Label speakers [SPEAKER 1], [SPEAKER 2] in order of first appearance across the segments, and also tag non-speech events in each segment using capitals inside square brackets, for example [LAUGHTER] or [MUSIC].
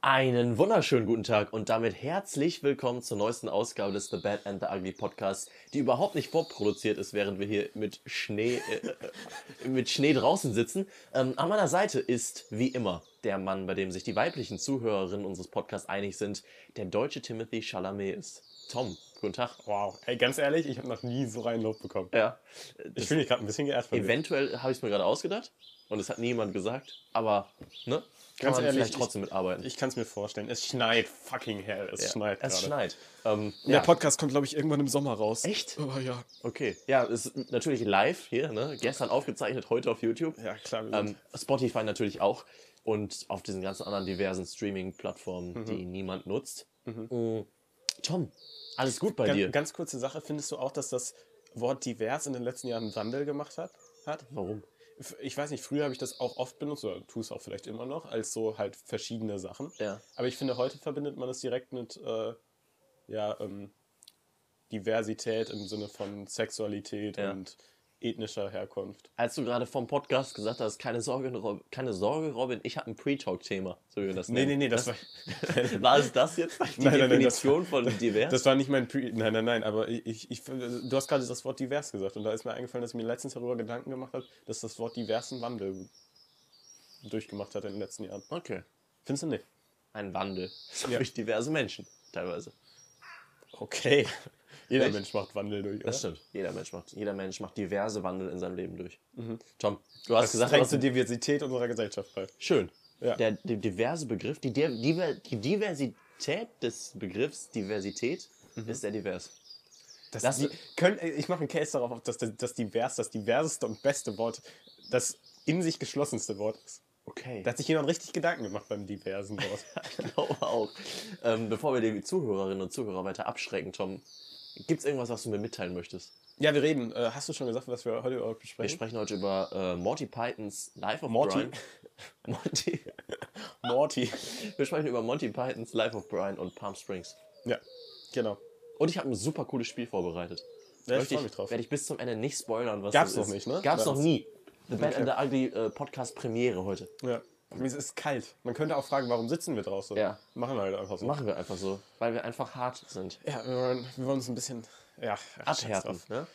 [SPEAKER 1] Einen wunderschönen guten Tag und damit herzlich willkommen zur neuesten Ausgabe des The Bad and the Ugly Podcast, die überhaupt nicht vorproduziert ist, während wir hier mit Schnee, äh, mit Schnee draußen sitzen. Ähm, an meiner Seite ist, wie immer, der Mann, bei dem sich die weiblichen Zuhörerinnen unseres Podcasts einig sind, der deutsche Timothy Chalamet ist. Tom, guten Tag.
[SPEAKER 2] Wow, ey, ganz ehrlich, ich habe noch nie so einen Lob bekommen.
[SPEAKER 1] Ja,
[SPEAKER 2] Ich fühle mich gerade ein bisschen geehrt von dir.
[SPEAKER 1] Äh, eventuell habe ich es mir gerade ausgedacht und es hat niemand gesagt, aber, ne? Kann
[SPEAKER 2] Ganz
[SPEAKER 1] man
[SPEAKER 2] ehrlich,
[SPEAKER 1] vielleicht
[SPEAKER 2] ich-
[SPEAKER 1] trotzdem mitarbeiten.
[SPEAKER 2] Ich kann es mir vorstellen. Es schneit, fucking hell, es
[SPEAKER 1] Ja,
[SPEAKER 2] schneit
[SPEAKER 1] es
[SPEAKER 2] gerade.
[SPEAKER 1] schneit. Ähm,
[SPEAKER 2] Der Podcast kommt, glaube ich, irgendwann im Sommer raus.
[SPEAKER 1] Echt?
[SPEAKER 2] Oh, ja.
[SPEAKER 1] Okay, ja, es ist natürlich live hier, ne? gestern aufgezeichnet, heute auf YouTube.
[SPEAKER 2] Ja, klar. Wir
[SPEAKER 1] Ähm,
[SPEAKER 2] sind
[SPEAKER 1] Spotify natürlich auch und auf diesen ganzen anderen diversen Streaming-Plattformen,
[SPEAKER 2] Mhm.
[SPEAKER 1] die niemand nutzt. Mm. Tom, alles gut bei
[SPEAKER 2] Gan-
[SPEAKER 1] dir?
[SPEAKER 2] Mhm. Ganz kurze Sache, findest du auch, dass das Wort divers in den letzten Jahren einen Wandel gemacht hat? hat?
[SPEAKER 1] Warum?
[SPEAKER 2] F- Ich weiß nicht, früher habe ich das auch oft benutzt, oder tu es auch vielleicht immer noch, als so halt verschiedene Sachen.
[SPEAKER 1] Ja.
[SPEAKER 2] Aber ich finde, heute verbindet man es direkt mit äh, ja, ähm, Diversität im Sinne von Sexualität
[SPEAKER 1] Ja.
[SPEAKER 2] und ethnischer Herkunft.
[SPEAKER 1] Als du gerade vom Podcast gesagt hast, keine Sorge, Rob, keine Sorge Robin, ich habe ein Pre-Talk-Thema, so wie wir das
[SPEAKER 2] Nee, nee,
[SPEAKER 1] nennen.
[SPEAKER 2] nee, das, war.
[SPEAKER 1] War es das jetzt die
[SPEAKER 2] Nein, nein, nein,
[SPEAKER 1] Definition von divers?
[SPEAKER 2] [LAUGHS] Das war nicht mein Pre Nein, nein, nein, aber ich, ich, du hast gerade das Wort divers gesagt und da ist mir eingefallen, dass ich mir letztens darüber Gedanken gemacht habe, dass das Wort diversen Wandel durchgemacht hat in den letzten Jahren.
[SPEAKER 1] okay,
[SPEAKER 2] Findest du nicht?
[SPEAKER 1] ein Wandel [LAUGHS]
[SPEAKER 2] Ja.
[SPEAKER 1] durch diverse Menschen teilweise.
[SPEAKER 2] Okay. Jeder
[SPEAKER 1] Echt?
[SPEAKER 2] Mensch macht Wandel durch, oder?
[SPEAKER 1] Das stimmt. Jeder Mensch macht, jeder Mensch macht diverse Wandel in seinem Leben durch.
[SPEAKER 2] Mhm.
[SPEAKER 1] Tom, du hast
[SPEAKER 2] Das
[SPEAKER 1] gesagt,
[SPEAKER 2] trägt
[SPEAKER 1] was
[SPEAKER 2] zur
[SPEAKER 1] du dir
[SPEAKER 2] Diversität unserer Gesellschaft bei.
[SPEAKER 1] schön.
[SPEAKER 2] Ja.
[SPEAKER 1] Der, der diverse Begriff, die, der, Diver- die Diversität des Begriffs Diversität
[SPEAKER 2] Mhm.
[SPEAKER 1] ist sehr divers.
[SPEAKER 2] Das,
[SPEAKER 1] Das-
[SPEAKER 2] die, können, äh, ich mache einen Case darauf, auf, dass das, das divers das diverseste und beste Wort, das in sich geschlossenste Wort ist.
[SPEAKER 1] Okay.
[SPEAKER 2] Da hat sich jemand richtig Gedanken gemacht beim diversen Wort.
[SPEAKER 1] [LAUGHS] ich glaube auch. Ähm, bevor wir die Zuhörerinnen und Zuhörer weiter abschrecken, Tom, gibt es irgendwas, was du mir mitteilen möchtest?
[SPEAKER 2] [LAUGHS] ja, wir reden. Äh, hast du schon gesagt, was wir heute überhaupt
[SPEAKER 1] Wir
[SPEAKER 2] besprechen?
[SPEAKER 1] sprechen heute über äh, Morty Pythons Life of
[SPEAKER 2] Hm? Morty?
[SPEAKER 1] Brian. [LAUGHS] Morty.
[SPEAKER 2] Morty.
[SPEAKER 1] Wir sprechen über Monty Pythons Life of Brian und Palm Springs.
[SPEAKER 2] Ja, genau.
[SPEAKER 1] Und ich habe ein super cooles Spiel vorbereitet.
[SPEAKER 2] Ja, ich
[SPEAKER 1] Möchte
[SPEAKER 2] freu mich drauf.
[SPEAKER 1] Werde ich bis zum Ende nicht spoilern, was
[SPEAKER 2] Gab's
[SPEAKER 1] das
[SPEAKER 2] noch
[SPEAKER 1] ist.
[SPEAKER 2] nicht, ne?
[SPEAKER 1] Gab's
[SPEAKER 2] Bei
[SPEAKER 1] noch
[SPEAKER 2] uns.
[SPEAKER 1] nie. The Bad
[SPEAKER 2] Okay.
[SPEAKER 1] and the Ugly äh, Podcast Premiere heute.
[SPEAKER 2] Ja. Es ist kalt. Man könnte auch fragen, warum sitzen wir draußen?
[SPEAKER 1] Ja.
[SPEAKER 2] Machen wir halt einfach so.
[SPEAKER 1] Machen wir einfach so, weil wir einfach hart sind.
[SPEAKER 2] Ja, wir wollen, wir wollen uns ein bisschen ja, ach, scheiß
[SPEAKER 1] Abhärten.
[SPEAKER 2] drauf.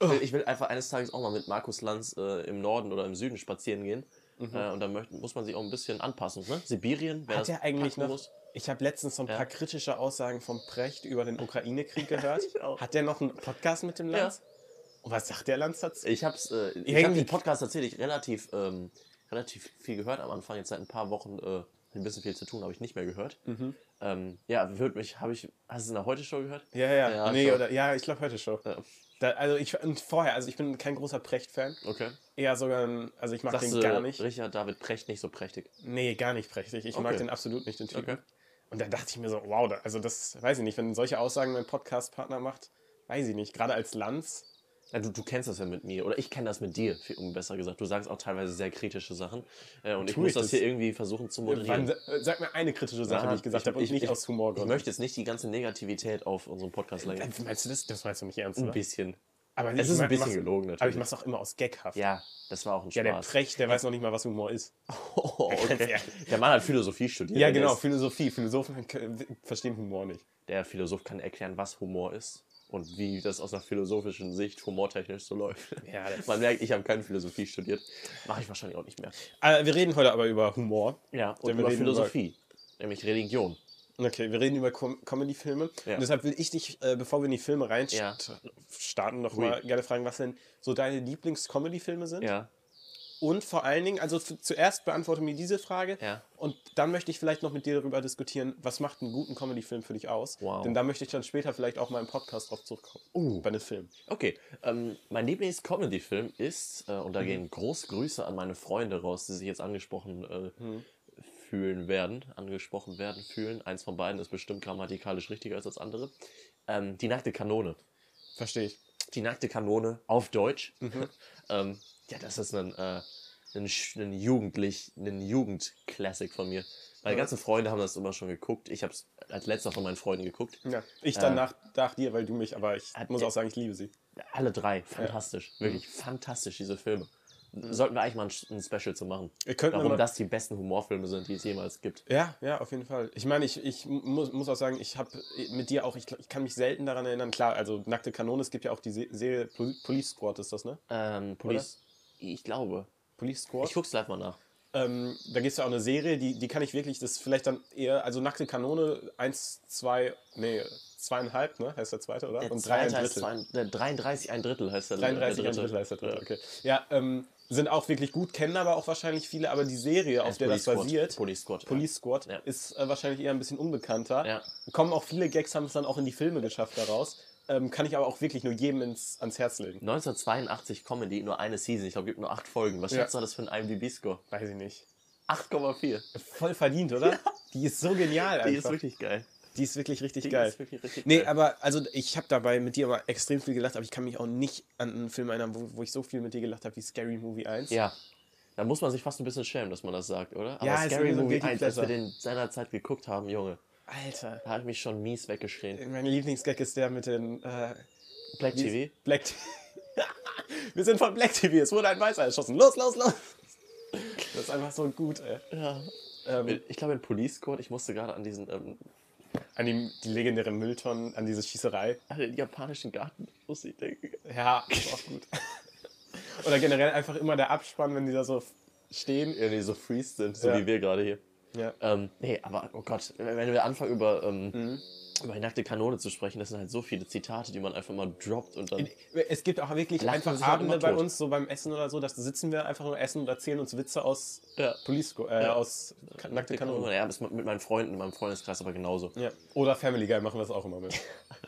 [SPEAKER 2] Oh.
[SPEAKER 1] Ne? Ich, will, ich will einfach eines Tages auch mal mit Markus Lanz äh, im Norden oder im Süden spazieren gehen. Äh, und dann möcht, muss man sich auch ein bisschen anpassen. Ne? Sibirien, wer
[SPEAKER 2] Mhm. Hat er eigentlich
[SPEAKER 1] packen
[SPEAKER 2] noch.
[SPEAKER 1] muss.
[SPEAKER 2] Ich habe letztens so ein paar kritische Aussagen von Precht über den Ukraine-Krieg [LAUGHS] gehört.
[SPEAKER 1] ich auch.
[SPEAKER 2] Hat der noch einen Podcast mit dem Lanz? Und was sagt der Lanz dazu?
[SPEAKER 1] Ich hab's, äh, ich hab
[SPEAKER 2] Irgendwie-
[SPEAKER 1] den Podcast tatsächlich relativ, ähm, relativ viel gehört am Anfang. Jetzt seit ein paar Wochen äh, ein bisschen viel zu tun, habe ich nicht mehr gehört.
[SPEAKER 2] Mhm.
[SPEAKER 1] Ähm, ja, wird mich, habe ich, hast du es in der Heute-Show gehört?
[SPEAKER 2] Ja, ja,
[SPEAKER 1] Ja,
[SPEAKER 2] nee,
[SPEAKER 1] schon.
[SPEAKER 2] oder, ja, ich glaube heute schon.
[SPEAKER 1] Ja.
[SPEAKER 2] Da, also ich, und vorher, also ich bin kein großer Precht-Fan.
[SPEAKER 1] Okay.
[SPEAKER 2] Eher sogar, ein, also ich mag
[SPEAKER 1] Sagst
[SPEAKER 2] den
[SPEAKER 1] du
[SPEAKER 2] gar nicht.
[SPEAKER 1] Richard David Precht nicht so prächtig?
[SPEAKER 2] Nee, gar nicht prächtig. Ich
[SPEAKER 1] Okay.
[SPEAKER 2] mag den absolut nicht, den Typen.
[SPEAKER 1] Okay.
[SPEAKER 2] Und dann dachte ich mir so, wow, da, also das weiß ich nicht, wenn solche Aussagen mein Podcast-Partner macht, weiß ich nicht. Gerade als Lanz.
[SPEAKER 1] Ja, Also, du, du kennst das ja mit mir oder ich kenne das mit dir, viel- um besser gesagt. Du sagst auch teilweise sehr kritische Sachen äh, und ich
[SPEAKER 2] Tu
[SPEAKER 1] muss
[SPEAKER 2] ich
[SPEAKER 1] das
[SPEAKER 2] das?
[SPEAKER 1] hier irgendwie versuchen zu moderieren.
[SPEAKER 2] Wann, äh, sag mir eine kritische Sache,
[SPEAKER 1] Ja,
[SPEAKER 2] die ich gesagt habe und nicht aus
[SPEAKER 1] Ich
[SPEAKER 2] Humorgründen.
[SPEAKER 1] möchte jetzt nicht die ganze Negativität auf unserem Podcast legen.
[SPEAKER 2] Äh, Meinst du das? Das meinst du nicht ernst,
[SPEAKER 1] Ein
[SPEAKER 2] oder?
[SPEAKER 1] bisschen.
[SPEAKER 2] Aber
[SPEAKER 1] Es
[SPEAKER 2] ich
[SPEAKER 1] ist ein
[SPEAKER 2] mach-
[SPEAKER 1] bisschen
[SPEAKER 2] mach's-
[SPEAKER 1] gelogen
[SPEAKER 2] Aber ich
[SPEAKER 1] natürlich.
[SPEAKER 2] mach's auch immer aus Gaghaft.
[SPEAKER 1] Ja, das war auch ein
[SPEAKER 2] Ja,
[SPEAKER 1] Spaß.
[SPEAKER 2] der Precht, der weiß noch nicht mal, was Humor ist. [LAUGHS]
[SPEAKER 1] [LAUGHS] Oh, okay.
[SPEAKER 2] ehrlich.
[SPEAKER 1] Der Mann hat Philosophie studiert.
[SPEAKER 2] Ja,
[SPEAKER 1] Der
[SPEAKER 2] genau,
[SPEAKER 1] ist-
[SPEAKER 2] Philosophie. Philosophen [LAUGHS] können- verstehen Humor nicht.
[SPEAKER 1] Der Philosoph kann erklären, was Humor ist und wie das aus einer philosophischen Sicht humortechnisch so läuft.
[SPEAKER 2] Ja, das-
[SPEAKER 1] Man merkt, ich habe keine Philosophie studiert. Mache ich wahrscheinlich auch nicht mehr.
[SPEAKER 2] Äh, wir reden heute aber über Humor.
[SPEAKER 1] Ja,
[SPEAKER 2] Denn
[SPEAKER 1] und
[SPEAKER 2] wir
[SPEAKER 1] über
[SPEAKER 2] reden
[SPEAKER 1] Philosophie, nämlich Religion.
[SPEAKER 2] Okay, wir reden über Com Comedy-Filme.
[SPEAKER 1] Ja.
[SPEAKER 2] Und deshalb will ich dich, äh, bevor wir in die Filme rein
[SPEAKER 1] Ja.
[SPEAKER 2] starten, nochmal
[SPEAKER 1] Hui.
[SPEAKER 2] gerne fragen, was denn so deine Lieblings-Comedy-Filme sind.
[SPEAKER 1] Ja,
[SPEAKER 2] Und vor allen Dingen, also zu- zuerst beantworte mir diese Frage.
[SPEAKER 1] Ja.
[SPEAKER 2] Und dann möchte ich vielleicht noch mit dir darüber diskutieren, was macht einen guten Comedy-Film für dich aus?
[SPEAKER 1] Wow.
[SPEAKER 2] Denn da möchte ich dann später vielleicht auch mal im Podcast drauf zurückkommen.
[SPEAKER 1] Uh.
[SPEAKER 2] Bei den Filmen.
[SPEAKER 1] okay. Ähm, mein Lieblings-Comedy-Film ist, äh, und
[SPEAKER 2] Mhm.
[SPEAKER 1] da gehen große Grüße an meine Freunde raus, die sich jetzt angesprochen äh,
[SPEAKER 2] Mhm.
[SPEAKER 1] fühlen werden, angesprochen werden fühlen. Eins von beiden ist bestimmt grammatikalisch richtiger als das andere. Ähm, die nackte Kanone.
[SPEAKER 2] Verstehe ich.
[SPEAKER 1] die nackte Kanone auf Deutsch.
[SPEAKER 2] Mhm.
[SPEAKER 1] [LAUGHS] ähm, ja, das ist ein, äh, ein, Sch- ein Jugendlich, ein Jugendklassik von mir. Meine
[SPEAKER 2] Ja.
[SPEAKER 1] ganzen Freunde haben das immer schon geguckt. Ich habe es als letzter von meinen Freunden geguckt.
[SPEAKER 2] Ja. Ich dann nach, nach dir, weil du mich, aber ich
[SPEAKER 1] Hat-
[SPEAKER 2] muss auch sagen, ich liebe sie. Mhm.
[SPEAKER 1] Alle drei, fantastisch. Wirklich fantastisch, diese Filme. Sollten wir eigentlich mal ein, ein Special zu machen.
[SPEAKER 2] Ihr könnt mir
[SPEAKER 1] Warum
[SPEAKER 2] mal-
[SPEAKER 1] das die besten Humorfilme sind, die es jemals gibt.
[SPEAKER 2] Ja, ja, auf jeden Fall. Ich meine, ich, ich muss, muss auch sagen, ich habe mit dir auch, ich, ich kann mich selten daran erinnern. Klar, also Nackte Kanone, es gibt ja auch die Se- Serie Pol- Police Squad, ist das, ne?
[SPEAKER 1] Ähm, Police. Ich glaube.
[SPEAKER 2] Police Squad?
[SPEAKER 1] Ich guck's live mal nach.
[SPEAKER 2] Ähm, da gibt es ja auch eine Serie, die, die kann ich wirklich, das ist vielleicht dann eher, also Nackte Kanone, eins, zwei, nee, zweieinhalb, ne? Heißt der zweite, oder?
[SPEAKER 1] Der
[SPEAKER 2] Und drei ein
[SPEAKER 1] zweite heißt
[SPEAKER 2] Drittel.
[SPEAKER 1] zwei- der 33 ein Drittel heißt der
[SPEAKER 2] 33
[SPEAKER 1] der
[SPEAKER 2] ein Drittel heißt der dritte, okay. Ja, ähm, sind auch wirklich gut, kennen aber auch wahrscheinlich viele, aber die Serie, auf
[SPEAKER 1] Äh,
[SPEAKER 2] der
[SPEAKER 1] Police
[SPEAKER 2] das
[SPEAKER 1] Squad.
[SPEAKER 2] basiert,
[SPEAKER 1] Police Squad. ja.
[SPEAKER 2] Police Squad,
[SPEAKER 1] Ja.
[SPEAKER 2] ist äh, wahrscheinlich eher ein bisschen unbekannter.
[SPEAKER 1] Ja.
[SPEAKER 2] Kommen auch viele Gags, haben es dann auch in die Filme geschafft daraus. Ähm, kann ich aber auch wirklich nur jedem ins, ans Herz legen.
[SPEAKER 1] 1982 Comedy, nur eine Season. Ich glaube, gibt nur acht Folgen. Was
[SPEAKER 2] Ja.
[SPEAKER 1] schätzt du das für einen IMDb-Score?
[SPEAKER 2] Weiß ich nicht.
[SPEAKER 1] 8,4.
[SPEAKER 2] Voll
[SPEAKER 1] [LAUGHS]
[SPEAKER 2] verdient, oder? Die ist so genial einfach.
[SPEAKER 1] Die ist wirklich geil.
[SPEAKER 2] richtig
[SPEAKER 1] Die
[SPEAKER 2] geil.
[SPEAKER 1] ist wirklich richtig
[SPEAKER 2] Nee,
[SPEAKER 1] geil.
[SPEAKER 2] aber also ich habe dabei mit dir aber extrem viel gelacht, aber ich kann mich auch nicht an einen Film erinnern, wo, wo ich so viel mit dir gelacht habe wie Scary Movie 1.
[SPEAKER 1] Ja. Da muss man sich fast ein bisschen schämen, dass man das sagt, oder? Aber
[SPEAKER 2] Ja, ist
[SPEAKER 1] Scary
[SPEAKER 2] irgendwie so ein
[SPEAKER 1] Movie
[SPEAKER 2] Guilty
[SPEAKER 1] 1, als wir
[SPEAKER 2] Pleasure.
[SPEAKER 1] den seinerzeit geguckt haben, Junge,
[SPEAKER 2] Alter.
[SPEAKER 1] da habe ich mich schon mies weggeschrien.
[SPEAKER 2] Mein Lieblingsgag ist der mit den äh,
[SPEAKER 1] Black
[SPEAKER 2] wie-
[SPEAKER 1] TV?
[SPEAKER 2] Black TV. [LAUGHS] Wir sind von Black TV, es wurde ein Weißer erschossen. Los, los, los! Das ist einfach so gut, ey.
[SPEAKER 1] Ja.
[SPEAKER 2] Ähm,
[SPEAKER 1] Ich glaube, in Police Squad, ich musste gerade an diesen, ähm,
[SPEAKER 2] an die, die legendäre Mülltonnen, an diese Schießerei.
[SPEAKER 1] an den japanischen Garten, muss ich denken.
[SPEAKER 2] Ja, ist auch gut. [LAUGHS] Oder generell einfach immer der Abspann, wenn die da so stehen.
[SPEAKER 1] Irgendwie so freeze sind, so
[SPEAKER 2] Ja.
[SPEAKER 1] wie wir gerade hier.
[SPEAKER 2] Ja.
[SPEAKER 1] Ähm, nee, aber, oh Gott, wenn wir anfangen über, ähm, über die nackte Kanone zu sprechen, das sind halt so viele Zitate, die man einfach mal droppt und dann...
[SPEAKER 2] Es gibt auch wirklich
[SPEAKER 1] Lacht man
[SPEAKER 2] einfach
[SPEAKER 1] sich halt
[SPEAKER 2] Abende
[SPEAKER 1] immer
[SPEAKER 2] bei
[SPEAKER 1] tot.
[SPEAKER 2] uns, so beim Essen oder so, da sitzen wir einfach nur essen und erzählen uns Witze aus
[SPEAKER 1] Ja.
[SPEAKER 2] Police, äh,
[SPEAKER 1] Ja.
[SPEAKER 2] aus Ka- Nackte Kanone.
[SPEAKER 1] Ja, das mit mit meinen Freunden, in meinem Freundeskreis aber genauso.
[SPEAKER 2] Ja. Oder Family Guy machen wir das auch immer
[SPEAKER 1] [LAUGHS]
[SPEAKER 2] mit.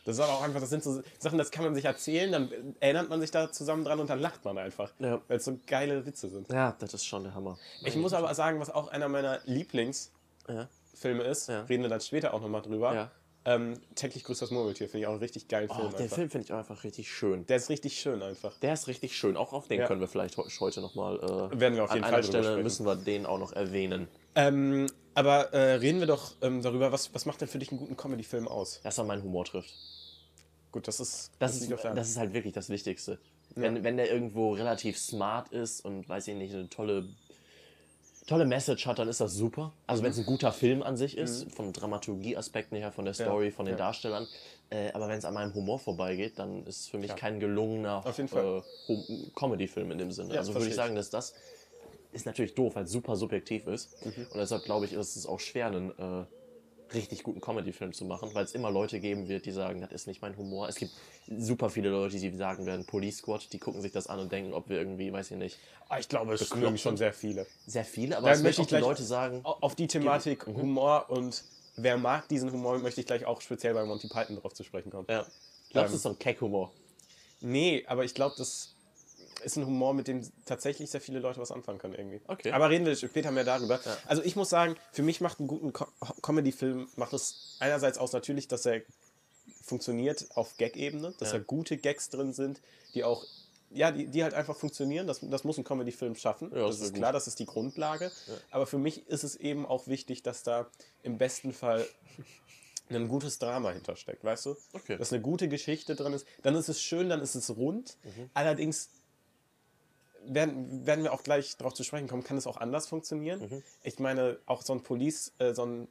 [SPEAKER 2] Das ist aber auch einfach, das sind so Sachen, das kann man sich erzählen, dann erinnert man sich da zusammen dran und dann lacht man einfach.
[SPEAKER 1] Ja.
[SPEAKER 2] Weil es so geile Witze sind.
[SPEAKER 1] Ja, das ist schon der Hammer.
[SPEAKER 2] Ich muss aber sagen, was auch einer meiner Lieblingsfilme
[SPEAKER 1] Ja.
[SPEAKER 2] ist,
[SPEAKER 1] Ja.
[SPEAKER 2] reden wir dann später auch nochmal drüber.
[SPEAKER 1] Ja.
[SPEAKER 2] Ähm, täglich grüßt das Murmeltier, finde ich auch einen richtig geilen
[SPEAKER 1] Oh,
[SPEAKER 2] Film.
[SPEAKER 1] den
[SPEAKER 2] Einfach.
[SPEAKER 1] Film finde ich auch einfach richtig schön.
[SPEAKER 2] Der ist richtig schön einfach.
[SPEAKER 1] Der ist richtig schön. Auch auf den
[SPEAKER 2] Ja.
[SPEAKER 1] können wir vielleicht heu- heute nochmal. Äh,
[SPEAKER 2] Werden wir auf jeden
[SPEAKER 1] an
[SPEAKER 2] Fall
[SPEAKER 1] einer
[SPEAKER 2] drüber
[SPEAKER 1] Stelle
[SPEAKER 2] sprechen.
[SPEAKER 1] müssen wir den auch noch erwähnen.
[SPEAKER 2] Ähm, aber äh, reden wir doch ähm, darüber, was, was macht denn für dich einen guten Comedy-Film aus?
[SPEAKER 1] Dass er meinen Humor trifft.
[SPEAKER 2] Gut, das ist.
[SPEAKER 1] Das, ist,
[SPEAKER 2] liegt auf der Hand.
[SPEAKER 1] das ist halt wirklich das Wichtigste. Wenn, wenn der irgendwo relativ smart ist und weiß ich nicht, eine tolle, tolle Message hat, dann ist das super. Also
[SPEAKER 2] Mhm.
[SPEAKER 1] wenn es ein guter Film an sich ist, vom Dramaturgieaspekten her, von der Story, von den
[SPEAKER 2] ja.
[SPEAKER 1] Darstellern. Äh, aber wenn es an meinem Humor vorbeigeht, dann ist es für mich
[SPEAKER 2] Ja.
[SPEAKER 1] kein gelungener
[SPEAKER 2] Auf jeden Fall.
[SPEAKER 1] äh, Hum- Comedy-Film in dem Sinne.
[SPEAKER 2] Ja,
[SPEAKER 1] also würde ich
[SPEAKER 2] verstehe ich.
[SPEAKER 1] sagen, dass das ist natürlich doof, weil es super subjektiv ist.
[SPEAKER 2] Mhm.
[SPEAKER 1] Und deshalb glaube ich, ist es auch schwer, einen äh, richtig guten Comedy-Film zu machen, weil es immer Leute geben wird, die sagen, das ist nicht mein Humor. Es gibt super viele Leute, die sagen werden, Police Squad, die gucken sich das an und denken, ob wir irgendwie, weiß ich nicht,
[SPEAKER 2] Ah, ich glaube, es mögen schon sehr viele.
[SPEAKER 1] sehr viele, aber
[SPEAKER 2] Dann
[SPEAKER 1] es
[SPEAKER 2] möchte
[SPEAKER 1] möchte
[SPEAKER 2] ich
[SPEAKER 1] auch die
[SPEAKER 2] gleich-
[SPEAKER 1] Leute sagen,
[SPEAKER 2] Au- Auf die Thematik Humor und wer mag diesen Humor, möchte ich gleich auch speziell bei Monty Python drauf zu sprechen kommen.
[SPEAKER 1] ja, glaubst du, es ist so ein Keck-Humor?
[SPEAKER 2] Nee, aber ich glaube, das ist ein Humor, mit dem tatsächlich sehr viele Leute was anfangen können irgendwie.
[SPEAKER 1] Okay.
[SPEAKER 2] Aber reden wir später mehr darüber.
[SPEAKER 1] Ja.
[SPEAKER 2] Also ich muss sagen, für mich macht einen guten Co Comedy-Film, macht es einerseits aus natürlich, dass er funktioniert auf Gag-Ebene, dass
[SPEAKER 1] Ja.
[SPEAKER 2] da gute Gags drin sind, die auch, ja, die, die halt einfach funktionieren. Das, das muss ein Comedy-Film schaffen.
[SPEAKER 1] Ja, das
[SPEAKER 2] das
[SPEAKER 1] wär
[SPEAKER 2] ist
[SPEAKER 1] gut.
[SPEAKER 2] klar, das ist die Grundlage. Aber für mich ist es eben auch wichtig, dass da im besten Fall ein gutes Drama hintersteckt, weißt du?
[SPEAKER 1] Okay.
[SPEAKER 2] Dass eine gute Geschichte drin ist. Dann ist es schön, dann ist es rund. Allerdings werden, werden wir auch gleich darauf zu sprechen kommen, kann es auch anders funktionieren. Ich meine, auch so ein Police, äh, so ein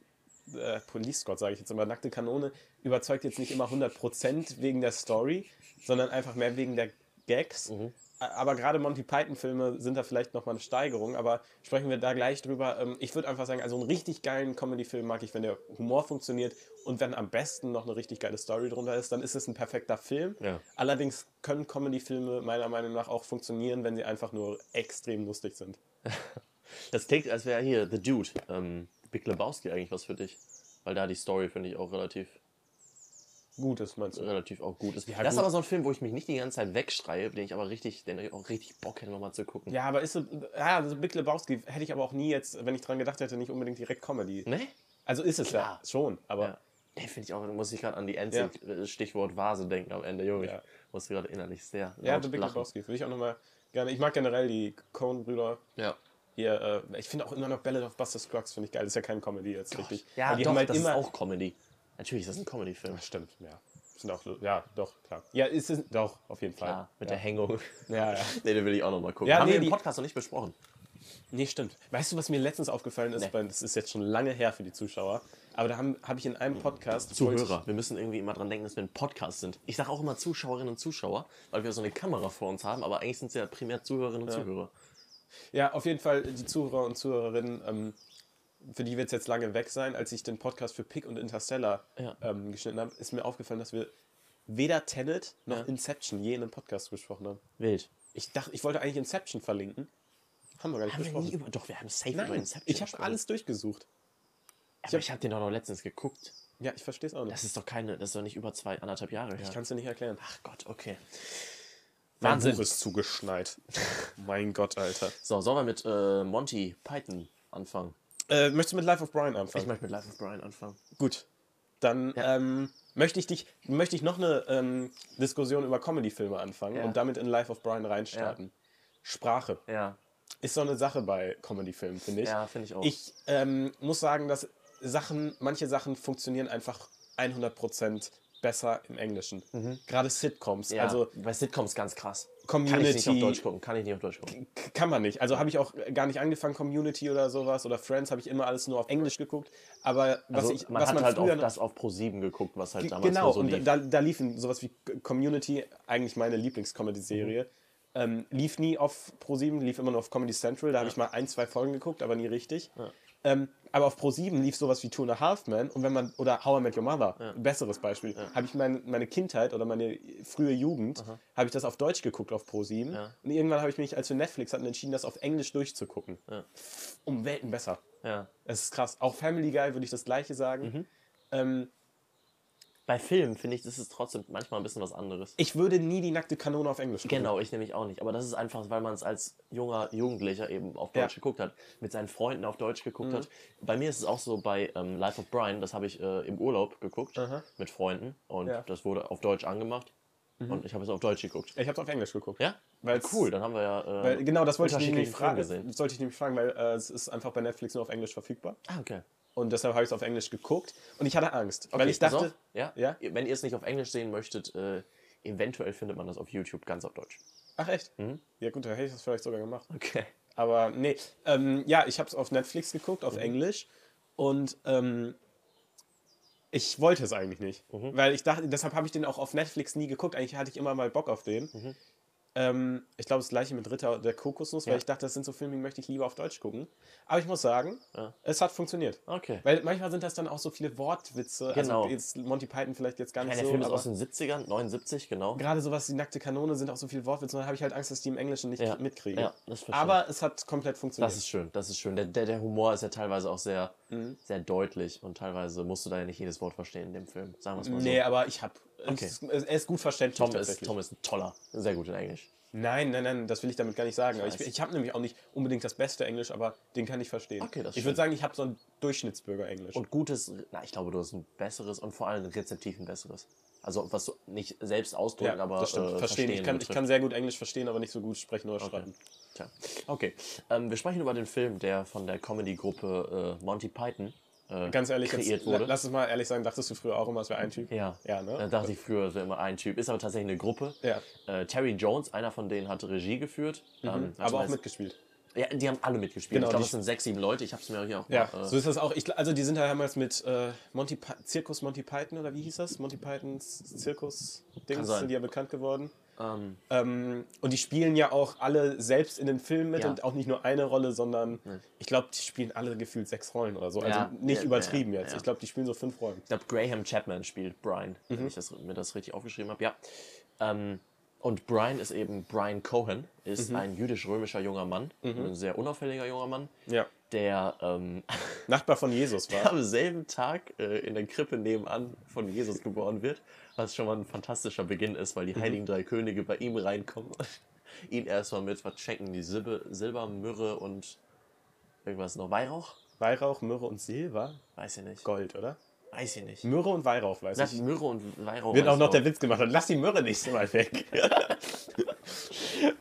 [SPEAKER 2] äh, Police Squad, sage ich jetzt immer, nackte Kanone, überzeugt jetzt nicht immer 100% wegen der Story, sondern einfach mehr wegen der Gags. A- Aber gerade Monty Python-Filme sind da vielleicht nochmal eine Steigerung, aber sprechen wir da gleich drüber. Ähm, Ich würde einfach sagen, also einen richtig geilen Comedy-Film mag ich, wenn der Humor funktioniert und wenn am besten noch eine richtig geile Story drunter ist, dann ist es ein perfekter Film.
[SPEAKER 1] Ja.
[SPEAKER 2] Allerdings können Comedy-Filme meiner Meinung nach auch funktionieren, wenn sie einfach nur extrem lustig sind.
[SPEAKER 1] Das klingt, als wäre hier The Dude, ähm, Big Lebowski eigentlich was für dich, weil da die Story finde ich auch relativ
[SPEAKER 2] Gut, das meinst du.
[SPEAKER 1] relativ auch gut ist.
[SPEAKER 2] Ja,
[SPEAKER 1] das ist
[SPEAKER 2] gut.
[SPEAKER 1] aber so ein Film, wo ich mich nicht die ganze Zeit wegschreie, den ich aber richtig, den ich auch richtig Bock hätte, nochmal zu gucken.
[SPEAKER 2] Ja, aber ist so, ja, also Big Lebowski hätte ich aber auch nie jetzt, wenn ich dran gedacht hätte, nicht unbedingt direkt Comedy.
[SPEAKER 1] Ne?
[SPEAKER 2] Also ist es
[SPEAKER 1] Klar.
[SPEAKER 2] ja schon, aber
[SPEAKER 1] Ja. Den finde ich auch, da muss ich gerade an die Endzeit, Stichwort Vase denken am Ende, Junge.
[SPEAKER 2] Ja.
[SPEAKER 1] Ich musste gerade innerlich sehr laut
[SPEAKER 2] ja, The Big
[SPEAKER 1] lachen.
[SPEAKER 2] Lebowski würde ich auch nochmal gerne. Ich mag generell die Coen-Brüder.
[SPEAKER 1] Ja.
[SPEAKER 2] Hier, äh, ich finde auch immer noch Ballad of Buster Scruggs, finde ich geil. Das ist ja kein Comedy jetzt richtig.
[SPEAKER 1] Ja,
[SPEAKER 2] Aber
[SPEAKER 1] die doch, haben halt das immer ist auch Comedy. Natürlich ist das ein Comedy-Film.
[SPEAKER 2] Stimmt, halt ja. Sind auch, ja, doch, klar. Ja, ist es, doch, auf jeden Fall.
[SPEAKER 1] Klar, mit
[SPEAKER 2] ja.
[SPEAKER 1] der Hängung.
[SPEAKER 2] Ja, ja.
[SPEAKER 1] Nee, [LAUGHS] den will ich auch nochmal gucken.
[SPEAKER 2] Ja,
[SPEAKER 1] Haben
[SPEAKER 2] nee,
[SPEAKER 1] wir im
[SPEAKER 2] die-
[SPEAKER 1] Podcast noch nicht besprochen.
[SPEAKER 2] Nee, stimmt. Weißt du, was mir letztens aufgefallen ist?
[SPEAKER 1] Nee.
[SPEAKER 2] Weil das ist jetzt schon lange her für die Zuschauer. Aber da habe hab ich in einem Podcast.
[SPEAKER 1] Mhm. Zuhörer. Wir müssen irgendwie immer dran denken, dass wir ein Podcast sind. Ich sage auch immer Zuschauerinnen und Zuschauer, weil wir so eine Kamera vor uns haben, aber eigentlich sind es ja primär Zuhörerinnen und Zuhörer.
[SPEAKER 2] Ja, auf jeden Fall die Zuhörer und Zuhörerinnen, ähm, für die wird es jetzt lange weg sein. Als ich den Podcast für Pick und Interstellar
[SPEAKER 1] Ja.
[SPEAKER 2] ähm, geschnitten habe, ist mir aufgefallen, dass wir weder Tenet noch
[SPEAKER 1] Ja.
[SPEAKER 2] Inception je in einem Podcast besprochen haben.
[SPEAKER 1] Wild.
[SPEAKER 2] Ich dachte, ich wollte eigentlich Inception verlinken. Haben wir gar nicht
[SPEAKER 1] Haben wir nie
[SPEAKER 2] besprochen.
[SPEAKER 1] über. Doch, wir haben safe über
[SPEAKER 2] Nein,
[SPEAKER 1] Inception.
[SPEAKER 2] ich habe
[SPEAKER 1] gesprochen.
[SPEAKER 2] alles durchgesucht.
[SPEAKER 1] Aber ich habe den doch noch letztens geguckt.
[SPEAKER 2] Ja, ich verstehe es auch nicht.
[SPEAKER 1] Das ist doch keine. Das ist doch nicht über zwei, anderthalb Jahre her.
[SPEAKER 2] ich kann es dir nicht erklären.
[SPEAKER 1] Ach Gott, okay.
[SPEAKER 2] Mein
[SPEAKER 1] Wahnsinn.
[SPEAKER 2] Buch ist zugeschneit.
[SPEAKER 1] [LAUGHS]
[SPEAKER 2] mein Gott, Alter.
[SPEAKER 1] So, sollen wir mit äh, Monty Python anfangen?
[SPEAKER 2] Äh, möchtest du mit Life of Brian
[SPEAKER 1] Ich
[SPEAKER 2] anfangen?
[SPEAKER 1] möchte mit Life of Brian anfangen.
[SPEAKER 2] Gut. Dann
[SPEAKER 1] Ja.
[SPEAKER 2] ähm, möchte ich dich, möchte ich noch eine ähm, Diskussion über Comedy-Filme anfangen
[SPEAKER 1] Ja.
[SPEAKER 2] und damit in Life of Brian reinstarten. Sprache
[SPEAKER 1] Ja,
[SPEAKER 2] ist so eine Sache bei Comedy-Filmen, finde ich.
[SPEAKER 1] ja, finde ich auch.
[SPEAKER 2] Ich ähm, muss sagen, dass Sachen, manche Sachen funktionieren einfach 100% besser im Englischen. Gerade Sitcoms.
[SPEAKER 1] Mhm. ja,
[SPEAKER 2] Also
[SPEAKER 1] bei Sitcoms ganz krass. Kann ich nicht auf
[SPEAKER 2] Community
[SPEAKER 1] Deutsch gucken. Kann ich nicht auf Deutsch gucken.
[SPEAKER 2] K- Kann man nicht. Also habe ich auch gar nicht angefangen, Community oder sowas oder Friends habe ich immer alles nur auf Englisch geguckt. Aber was
[SPEAKER 1] Also,
[SPEAKER 2] ich,
[SPEAKER 1] man
[SPEAKER 2] was
[SPEAKER 1] hat halt
[SPEAKER 2] früher
[SPEAKER 1] auch
[SPEAKER 2] noch-
[SPEAKER 1] das auf Pro7 geguckt, was halt
[SPEAKER 2] G-
[SPEAKER 1] damals
[SPEAKER 2] Genau,
[SPEAKER 1] nur so
[SPEAKER 2] und
[SPEAKER 1] lief.
[SPEAKER 2] da, da liefen sowas wie Community, eigentlich meine
[SPEAKER 1] Mhm.
[SPEAKER 2] Lieblings-Comedy-Serie. Ähm, lief nie auf Pro7, lief immer nur auf Comedy Central. Da habe ich mal ein, zwei Folgen geguckt, aber nie richtig. Ähm, aber auf Pro7 lief sowas wie Two and a Half Men und wenn man, oder How I Met Your Mother, besseres Beispiel. Habe ich mein, meine Kindheit oder meine frühe Jugend, habe ich das auf Deutsch geguckt auf Pro7.
[SPEAKER 1] Ja.
[SPEAKER 2] Und irgendwann habe ich mich, als wir Netflix hatten, entschieden, das auf Englisch durchzugucken.
[SPEAKER 1] Ja.
[SPEAKER 2] Um Welten besser.
[SPEAKER 1] ja.
[SPEAKER 2] Es ist krass. Auch Family Guy würde ich das Gleiche sagen.
[SPEAKER 1] Mhm.
[SPEAKER 2] Ähm,
[SPEAKER 1] Bei Filmen finde ich, das ist trotzdem manchmal ein bisschen was anderes.
[SPEAKER 2] Ich würde nie die nackte Kanone auf Englisch gucken.
[SPEAKER 1] Genau, ich nämlich auch nicht. Aber das ist einfach, weil man es als junger Jugendlicher eben auf
[SPEAKER 2] Ja. Mhm.
[SPEAKER 1] Deutsch geguckt hat, mit seinen Freunden auf Deutsch geguckt hat. Bei mir ist es auch so bei ähm, Life of Brian, das habe ich äh, im Urlaub geguckt
[SPEAKER 2] Aha.
[SPEAKER 1] mit Freunden und
[SPEAKER 2] Ja. Mhm.
[SPEAKER 1] das wurde auf Deutsch angemacht und ich habe es auf Deutsch geguckt.
[SPEAKER 2] Ich habe es auf Englisch geguckt.
[SPEAKER 1] Ja?
[SPEAKER 2] Weil's-
[SPEAKER 1] cool, dann haben wir ja. Äh,
[SPEAKER 2] Weil, genau, das wollte ich
[SPEAKER 1] unterschiedliche
[SPEAKER 2] nämlich fragen.
[SPEAKER 1] Filme gesehen.
[SPEAKER 2] Sollte ich nämlich fragen, weil äh, es ist einfach bei Netflix nur auf Englisch verfügbar.
[SPEAKER 1] Ah, okay.
[SPEAKER 2] Und deshalb habe ich es auf Englisch geguckt. Und ich hatte Angst. weil
[SPEAKER 1] Okay,
[SPEAKER 2] ich
[SPEAKER 1] pass
[SPEAKER 2] dachte,
[SPEAKER 1] auf, ja?
[SPEAKER 2] Ja?
[SPEAKER 1] wenn ihr es nicht auf Englisch sehen möchtet, äh, eventuell findet man das auf YouTube ganz auf Deutsch.
[SPEAKER 2] ach echt?
[SPEAKER 1] Mhm.
[SPEAKER 2] Ja gut, dann hätte ich das vielleicht sogar gemacht.
[SPEAKER 1] Okay.
[SPEAKER 2] Aber nee, ähm, ja, ich habe es auf Netflix geguckt,
[SPEAKER 1] Mhm.
[SPEAKER 2] auf Englisch. Und ähm, ich wollte es eigentlich nicht.
[SPEAKER 1] Mhm.
[SPEAKER 2] Weil ich dachte, deshalb habe ich den auch auf Netflix nie geguckt. Eigentlich hatte ich immer mal Bock auf den.
[SPEAKER 1] Mhm.
[SPEAKER 2] Ähm, ich glaube, das gleiche mit Ritter der Kokosnuss, weil
[SPEAKER 1] Ja.
[SPEAKER 2] ich dachte, das sind so Filme, die möchte ich lieber auf Deutsch gucken. Aber ich muss sagen,
[SPEAKER 1] Ja.
[SPEAKER 2] es hat funktioniert.
[SPEAKER 1] Okay.
[SPEAKER 2] Weil manchmal sind das dann auch so viele Wortwitze.
[SPEAKER 1] Genau.
[SPEAKER 2] Also jetzt Monty Python vielleicht jetzt gar
[SPEAKER 1] Ja,
[SPEAKER 2] nicht
[SPEAKER 1] der
[SPEAKER 2] so.
[SPEAKER 1] Film ist
[SPEAKER 2] aber
[SPEAKER 1] aus den 70ern, 79, genau.
[SPEAKER 2] gerade sowas wie nackte Kanone sind auch so viele Wortwitze. Und da habe ich halt Angst, dass die im Englischen nicht
[SPEAKER 1] Ja.
[SPEAKER 2] mitkriege.
[SPEAKER 1] Ja, das verstehe
[SPEAKER 2] aber es hat komplett funktioniert.
[SPEAKER 1] Das ist schön, das ist schön. Der, der, der Humor ist ja teilweise auch sehr,
[SPEAKER 2] Mhm.
[SPEAKER 1] sehr deutlich und teilweise musst du da ja nicht jedes Wort verstehen in dem Film. Sagen wir es mal
[SPEAKER 2] Nee, aber ich hab.
[SPEAKER 1] Okay.
[SPEAKER 2] Es, ist- er ist gut verständlich.
[SPEAKER 1] so. Tom ist,
[SPEAKER 2] tatsächlich.
[SPEAKER 1] Tom ist ein toller, sehr gut in Englisch.
[SPEAKER 2] Nein, nein, nein, das will ich damit gar nicht sagen. Aber
[SPEAKER 1] Ich
[SPEAKER 2] ich
[SPEAKER 1] weiß.
[SPEAKER 2] ich habe nämlich auch nicht unbedingt das beste Englisch, aber den kann ich verstehen.
[SPEAKER 1] Okay, das
[SPEAKER 2] ich
[SPEAKER 1] stimmt.
[SPEAKER 2] würde sagen, ich habe so ein Durchschnittsbürger-Englisch.
[SPEAKER 1] Und gutes, na, ich glaube, du hast ein besseres und vor allem rezeptiv ein besseres. Also, was du nicht selbst ausdrücken, aber
[SPEAKER 2] das stimmt.
[SPEAKER 1] äh,
[SPEAKER 2] verstehen. Ich kann, ich
[SPEAKER 1] betrifft.
[SPEAKER 2] kann sehr gut Englisch verstehen, aber nicht so gut sprechen oder schreiben.
[SPEAKER 1] Tja. Okay, ähm, wir sprechen über den Film, der von der Comedy-Gruppe äh, Monty Python äh,
[SPEAKER 2] Ganz ehrlich,
[SPEAKER 1] kreiert
[SPEAKER 2] jetzt, la-
[SPEAKER 1] wurde.
[SPEAKER 2] lass es mal ehrlich sagen, dachtest du früher auch immer, es wäre ein Typ?
[SPEAKER 1] Ja.
[SPEAKER 2] Ja, ne?
[SPEAKER 1] Da dachte ich früher, es wäre immer ein Typ. Ist aber tatsächlich eine Gruppe.
[SPEAKER 2] Ja. Mhm.
[SPEAKER 1] Äh, Terry Jones, einer von denen, hat Regie geführt. Ähm, warte
[SPEAKER 2] aber
[SPEAKER 1] mal,
[SPEAKER 2] auch
[SPEAKER 1] es-
[SPEAKER 2] mitgespielt.
[SPEAKER 1] Ja, die haben alle mitgespielt.
[SPEAKER 2] Genau,
[SPEAKER 1] ich glaube,
[SPEAKER 2] die-
[SPEAKER 1] es sind sechs, sieben Leute. Ich habe es mir hier auch
[SPEAKER 2] Ja,
[SPEAKER 1] mal, äh,
[SPEAKER 2] so ist das auch. Ich, also die sind da damals mit äh, Monty Py- Zirkus Monty Python oder wie hieß das? Monty Pythons
[SPEAKER 1] Kann
[SPEAKER 2] Zirkus-Dings
[SPEAKER 1] sein.
[SPEAKER 2] sind die ja bekannt geworden.
[SPEAKER 1] ähm,
[SPEAKER 2] Ähm, und die spielen ja auch alle selbst in dem Film mit
[SPEAKER 1] Ja.
[SPEAKER 2] und auch nicht nur eine Rolle, sondern ich glaube, die spielen alle gefühlt sechs Rollen oder so. Also
[SPEAKER 1] Ja,
[SPEAKER 2] nicht
[SPEAKER 1] ja,
[SPEAKER 2] übertrieben
[SPEAKER 1] ja,
[SPEAKER 2] jetzt.
[SPEAKER 1] ja.
[SPEAKER 2] Ich glaube, die spielen so fünf Rollen.
[SPEAKER 1] ich glaube, Graham Chapman spielt Brian,
[SPEAKER 2] Mhm.
[SPEAKER 1] wenn ich das, mir das richtig aufgeschrieben habe. Ja. Ähm, und Brian ist eben Brian Cohen,
[SPEAKER 2] Mhm.
[SPEAKER 1] ist ein jüdisch-römischer junger Mann, ein sehr unauffälliger junger Mann,
[SPEAKER 2] Ja.
[SPEAKER 1] der ähm, [LAUGHS]
[SPEAKER 2] Nachbar von Jesus [LAUGHS] war.
[SPEAKER 1] am selben Tag äh, in der Krippe nebenan von Jesus geboren wird, was schon mal ein fantastischer Beginn ist, weil die
[SPEAKER 2] Mhm.
[SPEAKER 1] Heiligen Drei Könige bei ihm reinkommen und [LAUGHS] ihn erstmal mit was schenken, die Silbe, Silber, Myrrhe und irgendwas noch, Weihrauch?
[SPEAKER 2] Weihrauch, Myrrhe und Silber.
[SPEAKER 1] Weiß ich nicht.
[SPEAKER 2] Gold, oder?
[SPEAKER 1] Weiß ich nicht.
[SPEAKER 2] Myrrhe und Weihrauch, weiß
[SPEAKER 1] Das
[SPEAKER 2] ich.
[SPEAKER 1] Myrrhe und Weihrauch.
[SPEAKER 2] Wird auch
[SPEAKER 1] ist
[SPEAKER 2] noch der Witz gemacht. Und lass die Myrrhe nicht mal weg.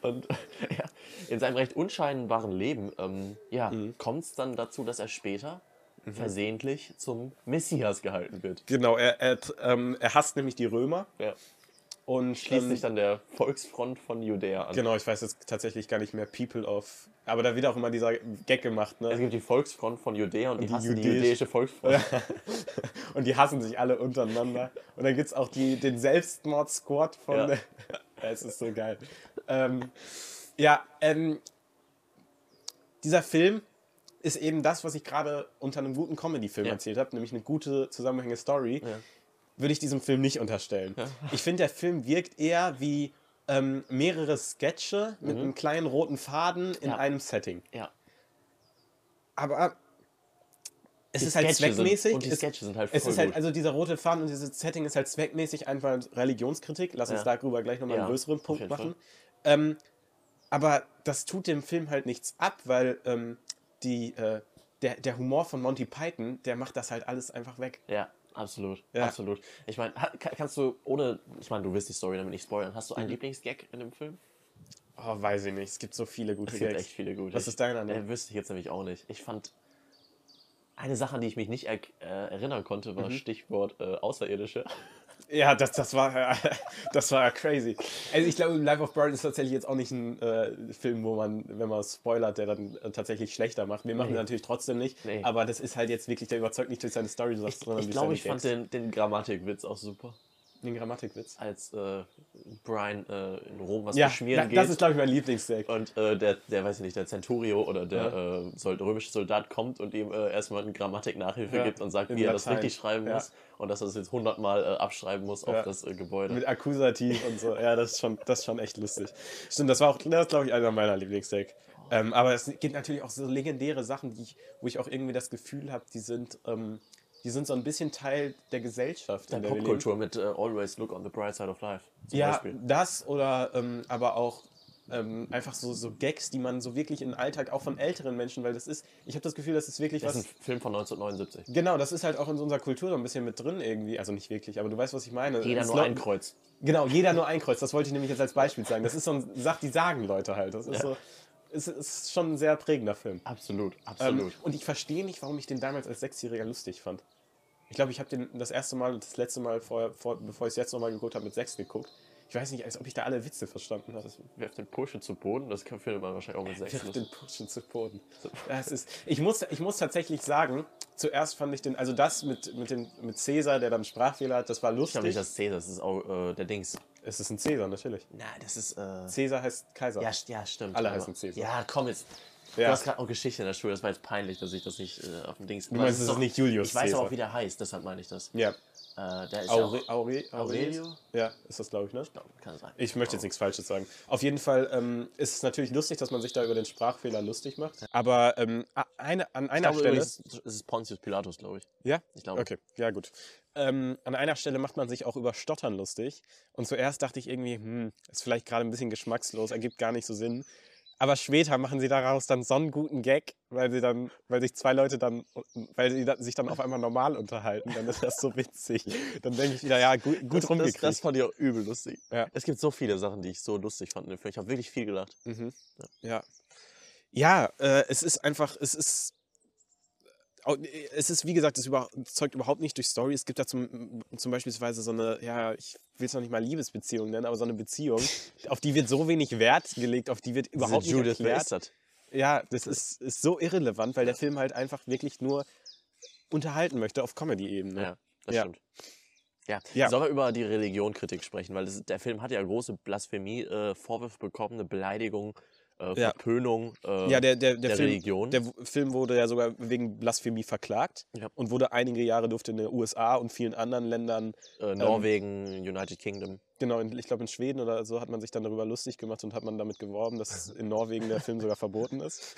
[SPEAKER 1] Und [LAUGHS] ja,
[SPEAKER 2] Mhm.
[SPEAKER 1] in seinem recht unscheinbaren Leben ähm, ja, kommt es dann dazu, dass er später versehentlich zum Messias gehalten wird.
[SPEAKER 2] Genau, er, er, ähm, er hasst nämlich die Römer
[SPEAKER 1] Ja.
[SPEAKER 2] und
[SPEAKER 1] Schließt
[SPEAKER 2] ähm,
[SPEAKER 1] sich dann der Volksfront von Judäa an.
[SPEAKER 2] Genau, ich weiß jetzt tatsächlich gar nicht mehr People of. Aber da wird auch immer dieser Gag gemacht,
[SPEAKER 1] Es
[SPEAKER 2] ne?
[SPEAKER 1] gibt die Volksfront von Judäa und die,
[SPEAKER 2] die
[SPEAKER 1] hassen die
[SPEAKER 2] jüdisch-
[SPEAKER 1] jüdische Volksfront.
[SPEAKER 2] Und die hassen sich alle untereinander. Und dann gibt es auch die, den Selbstmord-Squad von.
[SPEAKER 1] Ja.
[SPEAKER 2] [LAUGHS] Ja. es ist so geil. Ähm, ja, ähm, dieser Film ist eben das, was ich gerade unter einem guten Comedy-Film
[SPEAKER 1] Ja.
[SPEAKER 2] erzählt habe, nämlich eine gute zusammenhängende Story.
[SPEAKER 1] Ja.
[SPEAKER 2] Würde ich diesem Film nicht unterstellen. Ich finde, der Film wirkt eher wie ähm, mehrere Sketche mit einem kleinen roten Faden in
[SPEAKER 1] Mhm. Ja.
[SPEAKER 2] einem Setting.
[SPEAKER 1] Ja.
[SPEAKER 2] aber es
[SPEAKER 1] Die
[SPEAKER 2] ist halt
[SPEAKER 1] Sketche
[SPEAKER 2] zweckmäßig.
[SPEAKER 1] Sind, und die
[SPEAKER 2] es,
[SPEAKER 1] Sketche sind halt voll
[SPEAKER 2] es ist halt,
[SPEAKER 1] gut.
[SPEAKER 2] also dieser rote Faden und dieses Setting ist halt zweckmäßig einfach Religionskritik. Lass uns
[SPEAKER 1] Ja.
[SPEAKER 2] darüber gleich nochmal
[SPEAKER 1] Ja,
[SPEAKER 2] einen größeren
[SPEAKER 1] auf
[SPEAKER 2] Punkt
[SPEAKER 1] jeden Fall.
[SPEAKER 2] machen. Ähm, aber das tut dem Film halt nichts ab, weil ähm, die, äh, der, der Humor von Monty Python, der macht das halt alles einfach weg.
[SPEAKER 1] Ja, absolut.
[SPEAKER 2] Ja.
[SPEAKER 1] Absolut. Ich meine, ha- ka- kannst du ohne, ich meine, du willst die Story damit nicht spoilern. Hast du
[SPEAKER 2] Mhm.
[SPEAKER 1] einen Lieblingsgag in dem Film?
[SPEAKER 2] Oh, weiß ich nicht. Es gibt so viele gute
[SPEAKER 1] Es gibt
[SPEAKER 2] Gags.
[SPEAKER 1] echt viele gute.
[SPEAKER 2] Was ist deiner, ne?
[SPEAKER 1] Der wüsste ich jetzt nämlich auch nicht. Ich fand eine Sache, an die ich mich nicht er äh, erinnern konnte,
[SPEAKER 2] Mhm.
[SPEAKER 1] war Stichwort äh, Außerirdische.
[SPEAKER 2] Ja, das, das, war, [LAUGHS] das war crazy. Also ich glaube, Life of Brian ist tatsächlich jetzt auch nicht ein äh, Film, wo man, wenn man spoilert, der dann äh, tatsächlich schlechter macht. Wir machen
[SPEAKER 1] Nee.
[SPEAKER 2] ihn natürlich trotzdem nicht,
[SPEAKER 1] Nee.
[SPEAKER 2] aber das ist halt jetzt wirklich, der überzeugt nicht durch seine Story, sondern
[SPEAKER 1] [LAUGHS] Ich glaube, ich, glaub, ich fand
[SPEAKER 2] den,
[SPEAKER 1] den, den Grammatikwitz auch super.
[SPEAKER 2] den Grammatikwitz.
[SPEAKER 1] Als äh, Brian äh, in Rom was
[SPEAKER 2] Ja,
[SPEAKER 1] beschmieren
[SPEAKER 2] da-
[SPEAKER 1] geht.
[SPEAKER 2] das ist, glaube ich, mein Lieblingsdeck.
[SPEAKER 1] Und äh, der, der, weiß ich nicht, der Centurio oder der äh, Sol- römische Soldat kommt und ihm äh, erstmal eine Grammatiknachhilfe
[SPEAKER 2] Ja,
[SPEAKER 1] gibt und sagt,
[SPEAKER 2] in
[SPEAKER 1] wie er das
[SPEAKER 2] Latein.
[SPEAKER 1] richtig schreiben
[SPEAKER 2] Ja.
[SPEAKER 1] muss und dass er das jetzt hundertmal äh, abschreiben muss auf
[SPEAKER 2] Ja.
[SPEAKER 1] das äh, Gebäude.
[SPEAKER 2] Mit Akkusativ und so. Ja, das ist schon, das ist schon echt lustig. Stimmt, das war auch, das ist, glaube ich, einer meiner Lieblingsdeck. Ähm, aber es gibt natürlich auch so legendäre Sachen, die ich, wo ich auch irgendwie das Gefühl habe, die sind, ähm, die sind so ein bisschen Teil der Gesellschaft.
[SPEAKER 1] der
[SPEAKER 2] in der wir leben.
[SPEAKER 1] Popkultur mit äh, Always Look on the Bright Side of Life. Zum
[SPEAKER 2] Ja,
[SPEAKER 1] Beispiel.
[SPEAKER 2] das oder ähm, aber auch ähm, einfach so, so Gags, die man so wirklich im Alltag, auch von älteren Menschen, weil das ist, ich habe das Gefühl, das ist wirklich
[SPEAKER 1] Das
[SPEAKER 2] was.
[SPEAKER 1] ist ein Film von 1979.
[SPEAKER 2] Genau, das ist halt auch in unserer Kultur so ein bisschen mit drin irgendwie. Also nicht wirklich, aber du weißt, was ich meine.
[SPEAKER 1] Jeder
[SPEAKER 2] Es
[SPEAKER 1] nur
[SPEAKER 2] lau-
[SPEAKER 1] ein Kreuz.
[SPEAKER 2] Genau, jeder nur ein Kreuz. Das wollte ich nämlich jetzt als Beispiel sagen. Das ist so ein Sach, die sagen Leute halt. Das ist so. Es ist schon ein sehr prägender Film.
[SPEAKER 1] Absolut,
[SPEAKER 2] Ähm,
[SPEAKER 1] absolut.
[SPEAKER 2] und ich verstehe nicht, warum ich den damals als Sechsjähriger lustig fand. Ich glaube, ich habe den das erste Mal, und das letzte Mal, vorher, vor, bevor ich es jetzt nochmal geguckt habe, mit sechs geguckt. Ich weiß nicht, als ob ich da alle Witze verstanden habe.
[SPEAKER 1] Werft den Pursche zu Boden, das kann- findet man wahrscheinlich auch mit sechs.
[SPEAKER 2] Wirf
[SPEAKER 1] lustig.
[SPEAKER 2] den Pushen zu Boden. Das ist, ich, muss, ich muss tatsächlich sagen, zuerst fand ich den, also das mit, mit, dem, mit Cäsar, der dann Sprachfehler hat, das war
[SPEAKER 1] Ich glaube
[SPEAKER 2] lustig.
[SPEAKER 1] nicht, dass Cäsar, das ist auch äh, der Dings.
[SPEAKER 2] es ist ein Cäsar, natürlich.
[SPEAKER 1] Nein, das ist. Äh,
[SPEAKER 2] Cäsar heißt Kaiser.
[SPEAKER 1] Ja, st- ja, stimmt.
[SPEAKER 2] Alle
[SPEAKER 1] Aber-
[SPEAKER 2] heißen Cäsar.
[SPEAKER 1] Ja, komm jetzt. Du
[SPEAKER 2] Ja.
[SPEAKER 1] hast gerade auch Geschichte in der Schule, das war jetzt peinlich, dass ich das nicht äh, auf dem Dings. Du
[SPEAKER 2] meinst, es ist nicht Julius
[SPEAKER 1] Ich weiß
[SPEAKER 2] Cäsar.
[SPEAKER 1] auch, wie der heißt, deshalb meine ich das.
[SPEAKER 2] Ja.
[SPEAKER 1] Äh, der ist
[SPEAKER 2] Aure,
[SPEAKER 1] ja auch,
[SPEAKER 2] Aure,
[SPEAKER 1] Aurelio?
[SPEAKER 2] Ja, ist das, glaube ich, ne?
[SPEAKER 1] kann sein.
[SPEAKER 2] Ich möchte jetzt nichts Falsches sagen. Auf jeden Fall ähm, ist es natürlich lustig, dass man sich da über den Sprachfehler lustig macht. Aber ähm, a- eine, an einer
[SPEAKER 1] glaube
[SPEAKER 2] Stelle.
[SPEAKER 1] übrigens, es ist Pontius Pilatus, glaube ich.
[SPEAKER 2] Ja?
[SPEAKER 1] Ich glaube.
[SPEAKER 2] Okay, ja gut. Ähm, an einer Stelle macht man sich auch über Stottern lustig. Und zuerst dachte ich irgendwie, hm, ist vielleicht gerade ein bisschen geschmackslos, ergibt gar nicht so Sinn. Aber später machen sie daraus dann so einen guten Gag, weil sie dann, weil sich zwei Leute dann, weil sie da- sich dann auf einmal normal unterhalten. Dann ist das so witzig. Dann denke ich wieder, ja, gut, gut
[SPEAKER 1] das,
[SPEAKER 2] rumgekriegt.
[SPEAKER 1] das fand ich auch übel lustig.
[SPEAKER 2] Ja.
[SPEAKER 1] Es gibt so viele Sachen, die ich so lustig fand in dem Film. Ich habe wirklich viel gelacht.
[SPEAKER 2] Mhm. Ja. Ja, äh, es ist einfach, es ist. au- äh, Es ist, wie gesagt, es überzeugt überhaupt nicht durch Story. Es gibt da zum, zum beispielsweise so eine, ja, ich will es noch nicht mal Liebesbeziehung nennen, aber so
[SPEAKER 1] [LAUGHS]
[SPEAKER 2] eine Beziehung, auf die wird so wenig Wert gelegt, auf die wird überhaupt
[SPEAKER 1] Diese
[SPEAKER 2] nicht
[SPEAKER 1] Judith, wer
[SPEAKER 2] erklärt.
[SPEAKER 1] ist das?
[SPEAKER 2] Ja, das ist, ist so irrelevant, weil der Film halt einfach wirklich nur unterhalten möchte auf Comedy-Ebene.
[SPEAKER 1] Ja, das
[SPEAKER 2] Ja.
[SPEAKER 1] stimmt. Ja.
[SPEAKER 2] Ja.
[SPEAKER 1] Sollen wir über die Religionkritik sprechen? Weil das, der Film hat ja große Blasphemie, äh, Vorwürfe bekommen, eine Beleidigung, äh,
[SPEAKER 2] Ja.
[SPEAKER 1] Verpönung. Äh,
[SPEAKER 2] Ja, der, der, der,
[SPEAKER 1] der
[SPEAKER 2] Film,
[SPEAKER 1] Religion.
[SPEAKER 2] Der W- Film wurde ja sogar wegen Blasphemie verklagt
[SPEAKER 1] Ja.
[SPEAKER 2] und wurde einige Jahre durfte in den USA und vielen anderen Ländern,
[SPEAKER 1] äh, Norwegen, United Kingdom.
[SPEAKER 2] genau, in, ich glaube in Schweden oder so, hat man sich dann darüber lustig gemacht und hat man damit geworben, dass in Norwegen der Film sogar
[SPEAKER 1] [LAUGHS]
[SPEAKER 2] verboten ist.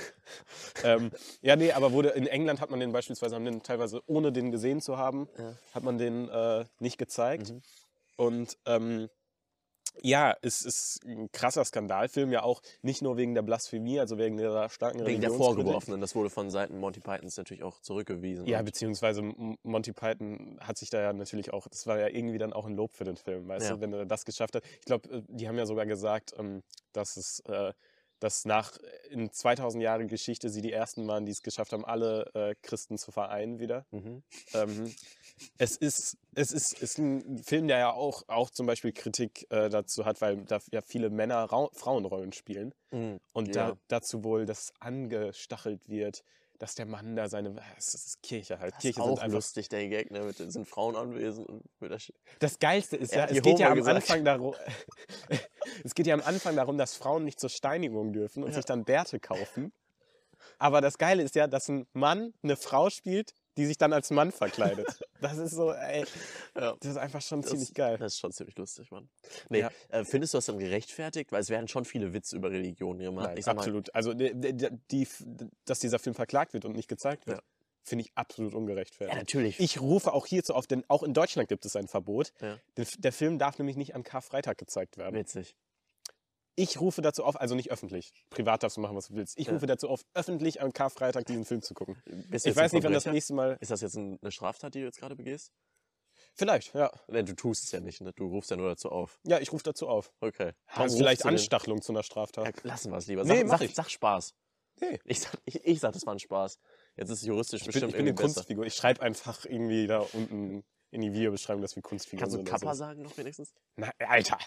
[SPEAKER 2] ähm, ja, nee, aber wurde in England hat man den beispielsweise, haben den teilweise ohne den gesehen zu haben,
[SPEAKER 1] Ja.
[SPEAKER 2] hat man den äh, nicht gezeigt.
[SPEAKER 1] Mhm.
[SPEAKER 2] Und ähm, ja, es ist ein krasser Skandalfilm, ja auch nicht nur wegen der Blasphemie, also wegen der starken
[SPEAKER 1] Wegen der
[SPEAKER 2] Religionskritik.
[SPEAKER 1] vorgeworfenen. Das wurde von Seiten Monty Pythons natürlich auch zurückgewiesen. Mhm.
[SPEAKER 2] Ja,
[SPEAKER 1] Und
[SPEAKER 2] beziehungsweise M- Monty Python hat sich da ja natürlich auch, das war ja irgendwie dann auch ein Lob für den Film, weißt
[SPEAKER 1] Ja.
[SPEAKER 2] du, wenn er das geschafft hat. Ich glaube, die haben ja sogar gesagt, ähm, dass es, äh, dass nach in 2000 Jahren Geschichte sie die ersten waren, die es geschafft haben, alle äh, Christen zu vereinen wieder.
[SPEAKER 1] Mhm.
[SPEAKER 2] Ähm, es ist, es ist, ist ein Film, der ja auch, auch zum Beispiel Kritik äh, dazu hat, weil da ja viele Männer Rau Frauenrollen spielen.
[SPEAKER 1] Mhm.
[SPEAKER 2] Und
[SPEAKER 1] Ja.
[SPEAKER 2] da, dazu wohl, dass angestachelt wird, dass der Mann da seine. äh, Es ist, es ist Kirche halt.
[SPEAKER 1] Das ist
[SPEAKER 2] Kirche
[SPEAKER 1] auch
[SPEAKER 2] sind einfach.
[SPEAKER 1] lustig, der Gag, ne? Mit, den- sind Frauen anwesend und mit der Sch
[SPEAKER 2] Das Geilste ist
[SPEAKER 1] Er
[SPEAKER 2] ja,
[SPEAKER 1] hat
[SPEAKER 2] es
[SPEAKER 1] die
[SPEAKER 2] geht ja
[SPEAKER 1] Homo
[SPEAKER 2] am
[SPEAKER 1] gesagt.
[SPEAKER 2] Anfang darum. [LAUGHS] es geht ja am Anfang darum, dass Frauen nicht zur Steinigung dürfen und
[SPEAKER 1] Ja.
[SPEAKER 2] sich dann Bärte kaufen. Aber das Geile ist ja, dass ein Mann eine Frau spielt, die sich dann als Mann verkleidet.
[SPEAKER 1] [LAUGHS]
[SPEAKER 2] das ist so, ey,
[SPEAKER 1] Ja.
[SPEAKER 2] das ist einfach schon
[SPEAKER 1] Das-
[SPEAKER 2] ziemlich geil.
[SPEAKER 1] Das ist schon ziemlich lustig, Mann. Nee,
[SPEAKER 2] Ja.
[SPEAKER 1] äh, findest du das dann gerechtfertigt? Weil es werden schon viele Witze über Religion gemacht.
[SPEAKER 2] Nein,
[SPEAKER 1] ich sag mal,
[SPEAKER 2] absolut. also, die, die, die, dass dieser Film verklagt wird und nicht gezeigt wird,
[SPEAKER 1] Ja.
[SPEAKER 2] finde ich absolut
[SPEAKER 1] ja,
[SPEAKER 2] ungerechtfertigt.
[SPEAKER 1] natürlich.
[SPEAKER 2] ich rufe auch hierzu auf, denn auch in Deutschland gibt es ein Verbot.
[SPEAKER 1] Ja.
[SPEAKER 2] Der, der Film darf nämlich nicht am Karfreitag gezeigt werden.
[SPEAKER 1] Witzig.
[SPEAKER 2] Ich rufe dazu auf, also nicht öffentlich. Privat darfst du machen, was du willst. Ich
[SPEAKER 1] Ja.
[SPEAKER 2] rufe dazu auf, öffentlich am Karfreitag diesen Film zu gucken.
[SPEAKER 1] Bist du
[SPEAKER 2] Ich
[SPEAKER 1] jetzt ein
[SPEAKER 2] weiß nicht, wann das
[SPEAKER 1] Verbrecher?
[SPEAKER 2] nächste Mal.
[SPEAKER 1] Ist das jetzt ein- eine Straftat, die du jetzt gerade begehst?
[SPEAKER 2] Vielleicht, ja.
[SPEAKER 1] Nee, du tust es ja nicht, ne? Du rufst ja nur dazu auf.
[SPEAKER 2] Ja, ich rufe dazu auf.
[SPEAKER 1] Okay.
[SPEAKER 2] Das ist
[SPEAKER 1] Warum
[SPEAKER 2] vielleicht
[SPEAKER 1] rufst du
[SPEAKER 2] Anstachelung zu einer
[SPEAKER 1] denn-
[SPEAKER 2] Straftat.
[SPEAKER 1] Ja, lassen wir es lieber.
[SPEAKER 2] Nee,
[SPEAKER 1] Sag,
[SPEAKER 2] mach
[SPEAKER 1] sag,
[SPEAKER 2] ich.
[SPEAKER 1] sag Spaß.
[SPEAKER 2] Nee.
[SPEAKER 1] Ich sag, ich, ich sag, das war ein Spaß. Jetzt ist es juristisch
[SPEAKER 2] Ich bin,
[SPEAKER 1] bestimmt
[SPEAKER 2] ich bin eine
[SPEAKER 1] irgendwie besser.
[SPEAKER 2] Kunstfigur. Ich schreibe einfach irgendwie da unten in die Videobeschreibung, dass wir Kunstfiguren
[SPEAKER 1] Kannst du
[SPEAKER 2] sind.
[SPEAKER 1] Kappa
[SPEAKER 2] oder so.
[SPEAKER 1] sagen noch wenigstens?
[SPEAKER 2] Na, Alter!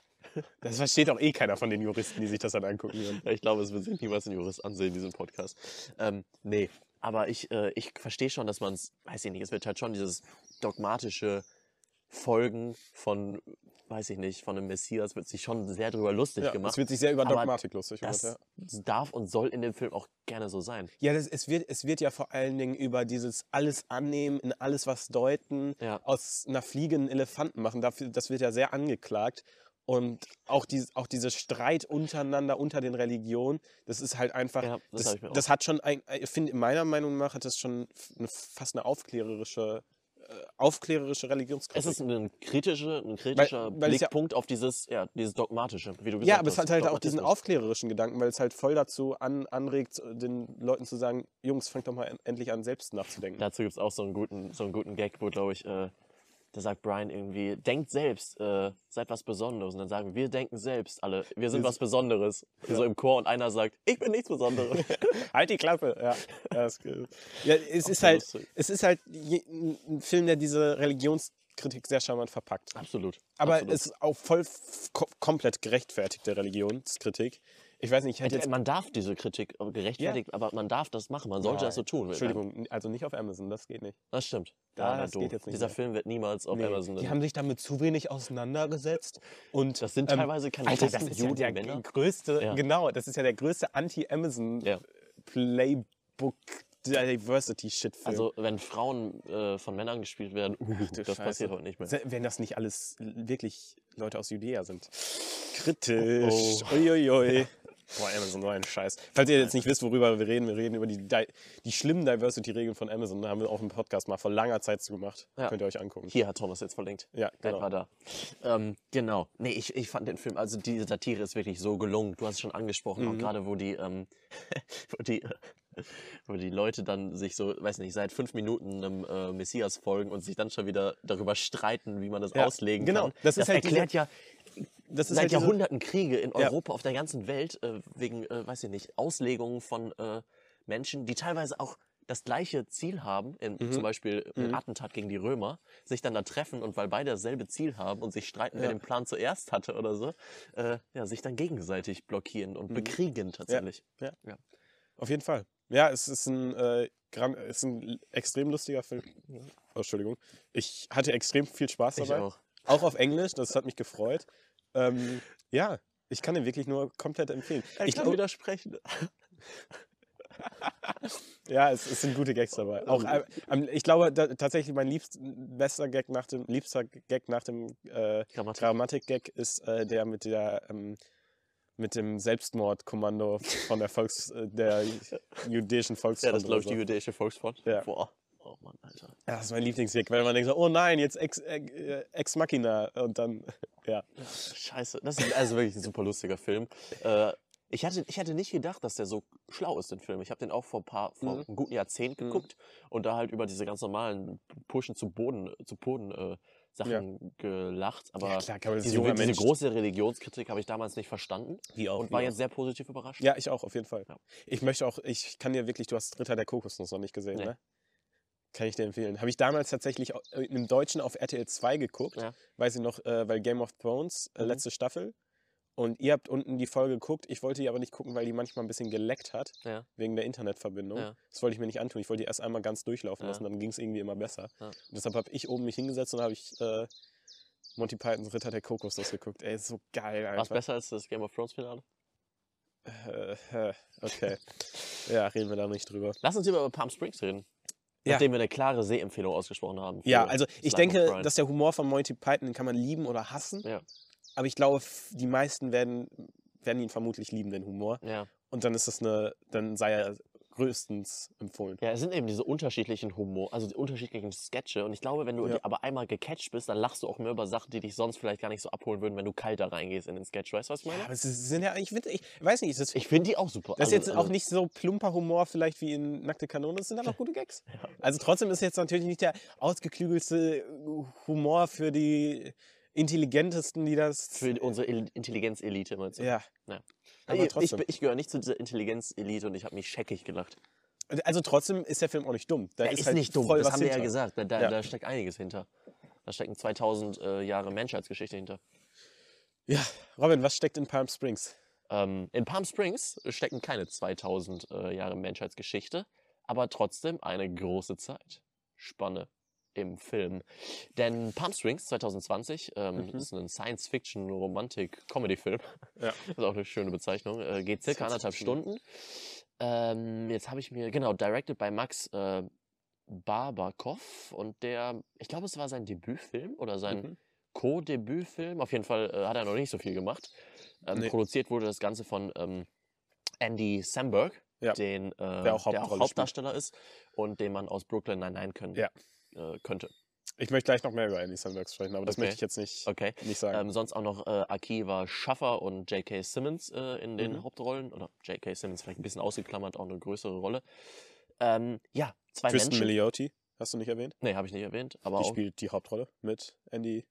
[SPEAKER 2] Das versteht doch eh keiner von den Juristen, die sich das dann angucken würden.
[SPEAKER 1] Ja, Ich glaube, es wird sich niemals ein Jurist ansehen, diesen Podcast. Ähm, nee, aber ich, äh, ich verstehe schon, dass man es, weiß ich nicht, es wird halt schon dieses dogmatische Folgen von, weiß ich nicht, von einem Messias wird sich schon sehr drüber lustig
[SPEAKER 2] Ja, es
[SPEAKER 1] gemacht.
[SPEAKER 2] wird sich sehr über
[SPEAKER 1] Aber
[SPEAKER 2] Dogmatik lustig gemacht.
[SPEAKER 1] Das
[SPEAKER 2] Ja,
[SPEAKER 1] darf und soll in dem Film auch gerne so sein.
[SPEAKER 2] ja das, es, wird, es wird ja vor allen Dingen über dieses alles annehmen, in alles was deuten,
[SPEAKER 1] Ja.
[SPEAKER 2] aus einer Fliege einen Elefanten machen. Dafür, das wird ja sehr angeklagt. Und auch, die, auch diese Streit untereinander, unter den Religionen, das ist halt einfach,
[SPEAKER 1] Ja, das hab
[SPEAKER 2] das, das,
[SPEAKER 1] ich mir auch-
[SPEAKER 2] hat schon, ein, ich finde, meiner Meinung nach hat das schon f- eine, fast eine aufklärerische, äh, aufklärerische Religionskritik.
[SPEAKER 1] Es ist ein kritischer, ein kritischer
[SPEAKER 2] weil es ja-
[SPEAKER 1] Blickpunkt auf dieses, ja, dieses dogmatische, wie du gesagt
[SPEAKER 2] ja, aber
[SPEAKER 1] hast.
[SPEAKER 2] es hat halt auch diesen
[SPEAKER 1] Dogmatismus.
[SPEAKER 2] aufklärerischen Gedanken, weil es halt voll dazu an, anregt, den Leuten zu sagen, Jungs, fangt doch mal en- endlich an, selbst nachzudenken.
[SPEAKER 1] Dazu gibt es auch so einen guten, so einen guten Gag, wo, glaube ich, äh, da sagt Brian irgendwie, denkt selbst, äh, seid was Besonderes. Und dann sagen wir, wir denken selbst alle, wir sind
[SPEAKER 2] Wir
[SPEAKER 1] was Besonderes. So im Chor und einer sagt, ich bin nichts
[SPEAKER 2] [LAUGHS]
[SPEAKER 1] Besonderes.
[SPEAKER 2] Halt die Klappe. [LAUGHS] Ja, ja, es, ja es, ist
[SPEAKER 1] sehr
[SPEAKER 2] halt,
[SPEAKER 1] lustig.
[SPEAKER 2] es ist halt je, ein ein Film, der diese Religionskritik sehr charmant verpackt.
[SPEAKER 1] Absolut.
[SPEAKER 2] Aber
[SPEAKER 1] absolut.
[SPEAKER 2] es ist auch voll f- ko komplett gerechtfertigte Religionskritik. Ich weiß nicht, ich hätte jetzt.
[SPEAKER 1] man darf diese Kritik äh, gerechtfertigt, aber man darf das machen, man sollte das so
[SPEAKER 2] Nein,
[SPEAKER 1] tun.
[SPEAKER 2] Entschuldigung, also nicht auf Amazon, das geht nicht.
[SPEAKER 1] Das stimmt.
[SPEAKER 2] Da-
[SPEAKER 1] na,
[SPEAKER 2] das
[SPEAKER 1] doof.
[SPEAKER 2] geht jetzt nicht
[SPEAKER 1] Dieser
[SPEAKER 2] mehr.
[SPEAKER 1] Film wird niemals auf
[SPEAKER 2] Nee,
[SPEAKER 1] Amazon.
[SPEAKER 2] die haben sich damit zu wenig auseinandergesetzt. Und ähm,
[SPEAKER 1] Das sind teilweise keine
[SPEAKER 2] Alter, das
[SPEAKER 1] Christen,
[SPEAKER 2] ist ja
[SPEAKER 1] Juden,
[SPEAKER 2] der
[SPEAKER 1] Männer.
[SPEAKER 2] größte,
[SPEAKER 1] Ja.
[SPEAKER 2] genau, das ist ja der größte Anti-Amazon
[SPEAKER 1] Ja.
[SPEAKER 2] Playbook Diversity Shit Film.
[SPEAKER 1] also, wenn Frauen äh, von Männern gespielt werden, uh,
[SPEAKER 2] du
[SPEAKER 1] das
[SPEAKER 2] Scheiße.
[SPEAKER 1] passiert heute nicht mehr.
[SPEAKER 2] Se- Wenn das nicht alles wirklich Leute aus Judäa sind. Kritisch.
[SPEAKER 1] Oh,
[SPEAKER 2] Uiuiui. Boah, Amazon, so ein Scheiß. Falls ihr jetzt nicht wisst, worüber wir reden, wir reden über die, Di die schlimmen Diversity-Regeln von Amazon. Da haben wir auch einen Podcast mal vor langer Zeit zu gemacht.
[SPEAKER 1] Ja.
[SPEAKER 2] Könnt ihr euch angucken.
[SPEAKER 1] Hier hat Thomas jetzt verlinkt.
[SPEAKER 2] Ja, genau.
[SPEAKER 1] Etwa da. Ähm, genau. Nee, ich, ich fand den Film, also diese Satire ist wirklich so gelungen. Du hast es schon angesprochen,
[SPEAKER 2] Mhm.
[SPEAKER 1] auch gerade wo die, ähm, [LAUGHS] wo die, [LAUGHS] äh, wo die Leute dann sich so, weiß nicht, seit fünf Minuten einem äh, Messias folgen und sich dann schon wieder darüber streiten, wie man das
[SPEAKER 2] Ja,
[SPEAKER 1] auslegen
[SPEAKER 2] genau.
[SPEAKER 1] kann.
[SPEAKER 2] Das ist halt
[SPEAKER 1] erklärt ja
[SPEAKER 2] Das halt
[SPEAKER 1] seit Jahrhunderten Kriege in
[SPEAKER 2] Ja.
[SPEAKER 1] Europa, auf der ganzen Welt, äh, wegen, äh, weiß ich nicht, Auslegungen von äh, Menschen, die teilweise auch das gleiche Ziel haben, in,
[SPEAKER 2] Mhm.
[SPEAKER 1] zum Beispiel ein Attentat gegen die Römer, sich dann da treffen und weil beide dasselbe Ziel haben und sich streiten, wer
[SPEAKER 2] Ja.
[SPEAKER 1] den Plan zuerst hatte oder so, äh, ja, sich dann gegenseitig blockieren und bekriegen tatsächlich.
[SPEAKER 2] Mhm. Ja.
[SPEAKER 1] Ja.
[SPEAKER 2] Auf jeden Fall. Ja, es ist ein, äh, gran- es ist ein l- extrem lustiger Film. Oh, Entschuldigung. Ich hatte extrem viel Spaß
[SPEAKER 1] Ich
[SPEAKER 2] dabei.
[SPEAKER 1] auch.
[SPEAKER 2] Auch auf Englisch, das hat mich gefreut. Ähm, ja, ich kann den wirklich nur komplett empfehlen. Ich glaub-
[SPEAKER 1] widersprechen.
[SPEAKER 2] ja, es, es sind gute Gags dabei. Auch, äh, am- ich glaube da, tatsächlich mein liebst, bester Gag nach dem, liebster Gag nach dem äh,
[SPEAKER 1] Grammatik.
[SPEAKER 2] Grammatik-Gag ist äh, der mit der ähm, mit dem Selbstmordkommando von der Volks äh,
[SPEAKER 1] [LAUGHS]
[SPEAKER 2] der jüdischen
[SPEAKER 1] ja,
[SPEAKER 2] Volksfront.
[SPEAKER 1] das glaube ich
[SPEAKER 2] oder
[SPEAKER 1] die
[SPEAKER 2] so.
[SPEAKER 1] jüdische Volksfront.
[SPEAKER 2] Ja.
[SPEAKER 1] Boah. Oh Mann, Alter.
[SPEAKER 2] Ja, Das ist mein Lieblingsgag, weil man denkt so, oh nein, jetzt Ex, Ex, Ex Machina und dann, [LAUGHS] ja.
[SPEAKER 1] [LAUGHS] Scheiße, das ist also wirklich ein super lustiger Film. Äh, Ich hatte, ich hatte nicht gedacht, dass der so schlau ist, den Film. Ich habe den auch vor, ein paar, vor
[SPEAKER 2] Mhm.
[SPEAKER 1] einem guten Jahrzehnt geguckt und da halt über diese ganz normalen Pushen zu Boden, zu Boden äh, Sachen gelacht. Aber
[SPEAKER 2] ja, klar, kann man das
[SPEAKER 1] diese,
[SPEAKER 2] junger
[SPEAKER 1] diese
[SPEAKER 2] Mensch.
[SPEAKER 1] große Religionskritik habe ich damals nicht verstanden
[SPEAKER 2] Wie auch,
[SPEAKER 1] und
[SPEAKER 2] wie
[SPEAKER 1] war
[SPEAKER 2] auch.
[SPEAKER 1] jetzt sehr positiv überrascht.
[SPEAKER 2] Ja, ich auch, auf jeden Fall.
[SPEAKER 1] Ja.
[SPEAKER 2] Ich möchte auch, ich kann dir wirklich, du hast Ritter der Kokosnuss noch nicht gesehen,
[SPEAKER 1] Nee.
[SPEAKER 2] ne? Kann ich dir empfehlen. Habe ich damals tatsächlich au- äh, im Deutschen auf RTL 2 geguckt,
[SPEAKER 1] Ja.
[SPEAKER 2] weiß ich noch, äh, weil Game of Thrones, äh,
[SPEAKER 1] Mhm.
[SPEAKER 2] letzte Staffel. Und ihr habt unten die Folge geguckt. Ich wollte die aber nicht gucken, weil die manchmal ein bisschen geleckt hat,
[SPEAKER 1] Ja.
[SPEAKER 2] wegen der Internetverbindung.
[SPEAKER 1] Ja.
[SPEAKER 2] Das wollte ich mir nicht antun. Ich wollte die erst einmal ganz durchlaufen
[SPEAKER 1] Ja.
[SPEAKER 2] lassen, dann ging es irgendwie immer besser.
[SPEAKER 1] Ja.
[SPEAKER 2] Und deshalb habe ich oben mich hingesetzt und habe ich äh, Monty Pythons Ritter der Kokosnuss geguckt. Ey, ist so geil
[SPEAKER 1] War es
[SPEAKER 2] einfach.
[SPEAKER 1] besser als das Game of Thrones Finale?
[SPEAKER 2] Äh,
[SPEAKER 1] [LAUGHS]
[SPEAKER 2] äh, okay. Ja, reden wir da nicht drüber.
[SPEAKER 1] Lass uns lieber über Palm Springs reden.
[SPEAKER 2] Ja.
[SPEAKER 1] Nachdem wir eine klare Sehempfehlung ausgesprochen haben. für
[SPEAKER 2] Ja, also ich
[SPEAKER 1] Äh, Slime of
[SPEAKER 2] denke,
[SPEAKER 1] Brian.
[SPEAKER 2] dass der Humor von Monty Python, den kann man lieben oder hassen.
[SPEAKER 1] Ja.
[SPEAKER 2] Aber ich glaube, f- die meisten werden, werden ihn vermutlich lieben, den Humor.
[SPEAKER 1] Ja.
[SPEAKER 2] Und dann ist das eine, dann sei er größtens empfohlen.
[SPEAKER 1] ja, es sind eben diese unterschiedlichen Humor, also die unterschiedlichen Sketche. Und ich glaube, wenn du
[SPEAKER 2] Ja.
[SPEAKER 1] die aber einmal gecatcht bist, dann lachst du auch mehr über Sachen, die dich sonst vielleicht gar nicht so abholen würden, wenn du kalt da reingehst in den Sketch. Weißt du, was ich meine?
[SPEAKER 2] Ja, aber es ist- sind ja, ich, find- ich weiß nicht, das,
[SPEAKER 1] ich finde die auch super.
[SPEAKER 2] das ist
[SPEAKER 1] Also-
[SPEAKER 2] jetzt auch
[SPEAKER 1] also-
[SPEAKER 2] nicht so plumper Humor vielleicht wie in Nackte Kanone, das sind
[SPEAKER 1] [LAUGHS]
[SPEAKER 2] dann auch gute Gags. Also trotzdem ist jetzt natürlich nicht der ausgeklügelte Humor für die intelligentesten, die das...
[SPEAKER 1] Für unsere Il- Intelligenzelite, meinst du?
[SPEAKER 2] ja.
[SPEAKER 1] Ja.
[SPEAKER 2] Aber
[SPEAKER 1] ich, ich,
[SPEAKER 2] trotzdem.
[SPEAKER 1] ich gehöre nicht zu dieser Intelligenzelite und ich habe mich scheckig gelacht.
[SPEAKER 2] Also trotzdem ist der Film auch nicht dumm. Da
[SPEAKER 1] Der ist,
[SPEAKER 2] halt
[SPEAKER 1] nicht dumm,
[SPEAKER 2] voll
[SPEAKER 1] das
[SPEAKER 2] was
[SPEAKER 1] haben wir ja
[SPEAKER 2] hinter.
[SPEAKER 1] gesagt. Da, da,
[SPEAKER 2] Ja.
[SPEAKER 1] da steckt einiges hinter. Da stecken 2000 äh, Jahre Menschheitsgeschichte hinter.
[SPEAKER 2] Ja, Robin, was steckt in Palm Springs?
[SPEAKER 1] Ähm, in Palm Springs stecken keine 2000 äh, Jahre Menschheitsgeschichte, aber trotzdem eine große Zeitspanne im Film. Denn Palm Springs 2020 ähm,
[SPEAKER 2] Mhm.
[SPEAKER 1] ist ein Science-Fiction-Romantik-Comedy-Film.
[SPEAKER 2] Ja.
[SPEAKER 1] Das [LAUGHS] ist auch eine schöne Bezeichnung. Äh, geht circa anderthalb
[SPEAKER 2] Science-Fiction.
[SPEAKER 1] Stunden. Ähm, jetzt habe ich mir, genau, directed by Max äh, Barbakow und der, ich glaube, es war sein Debütfilm oder sein
[SPEAKER 2] Mhm.
[SPEAKER 1] Co-Debütfilm. Auf jeden Fall äh, hat er noch nicht so viel gemacht. Ähm,
[SPEAKER 2] Nee.
[SPEAKER 1] Produziert wurde das Ganze von ähm, Andy Samberg,
[SPEAKER 2] Ja.
[SPEAKER 1] den, äh,
[SPEAKER 2] auch Hauptrolle spielt.
[SPEAKER 1] Hauptdarsteller ist und den man aus Brooklyn Nine-Nine können,
[SPEAKER 2] Ja.
[SPEAKER 1] äh, könnte.
[SPEAKER 2] Ich möchte gleich noch mehr über Andy Sandbergs sprechen, aber das
[SPEAKER 1] Okay.
[SPEAKER 2] möchte ich jetzt nicht,
[SPEAKER 1] Okay.
[SPEAKER 2] nicht sagen.
[SPEAKER 1] Ähm, sonst auch noch äh, Akiva Schaffer und J.K. Simmons äh, in den
[SPEAKER 2] Mhm.
[SPEAKER 1] Hauptrollen. Oder J.K. Simmons vielleicht ein bisschen ausgeklammert, auch eine größere Rolle. Ähm, ja, zwei
[SPEAKER 2] Tristan
[SPEAKER 1] Menschen.
[SPEAKER 2] Milioti, hast du nicht erwähnt?
[SPEAKER 1] Nee, habe ich nicht erwähnt, aber
[SPEAKER 2] Die
[SPEAKER 1] auch
[SPEAKER 2] spielt die Hauptrolle mit Andy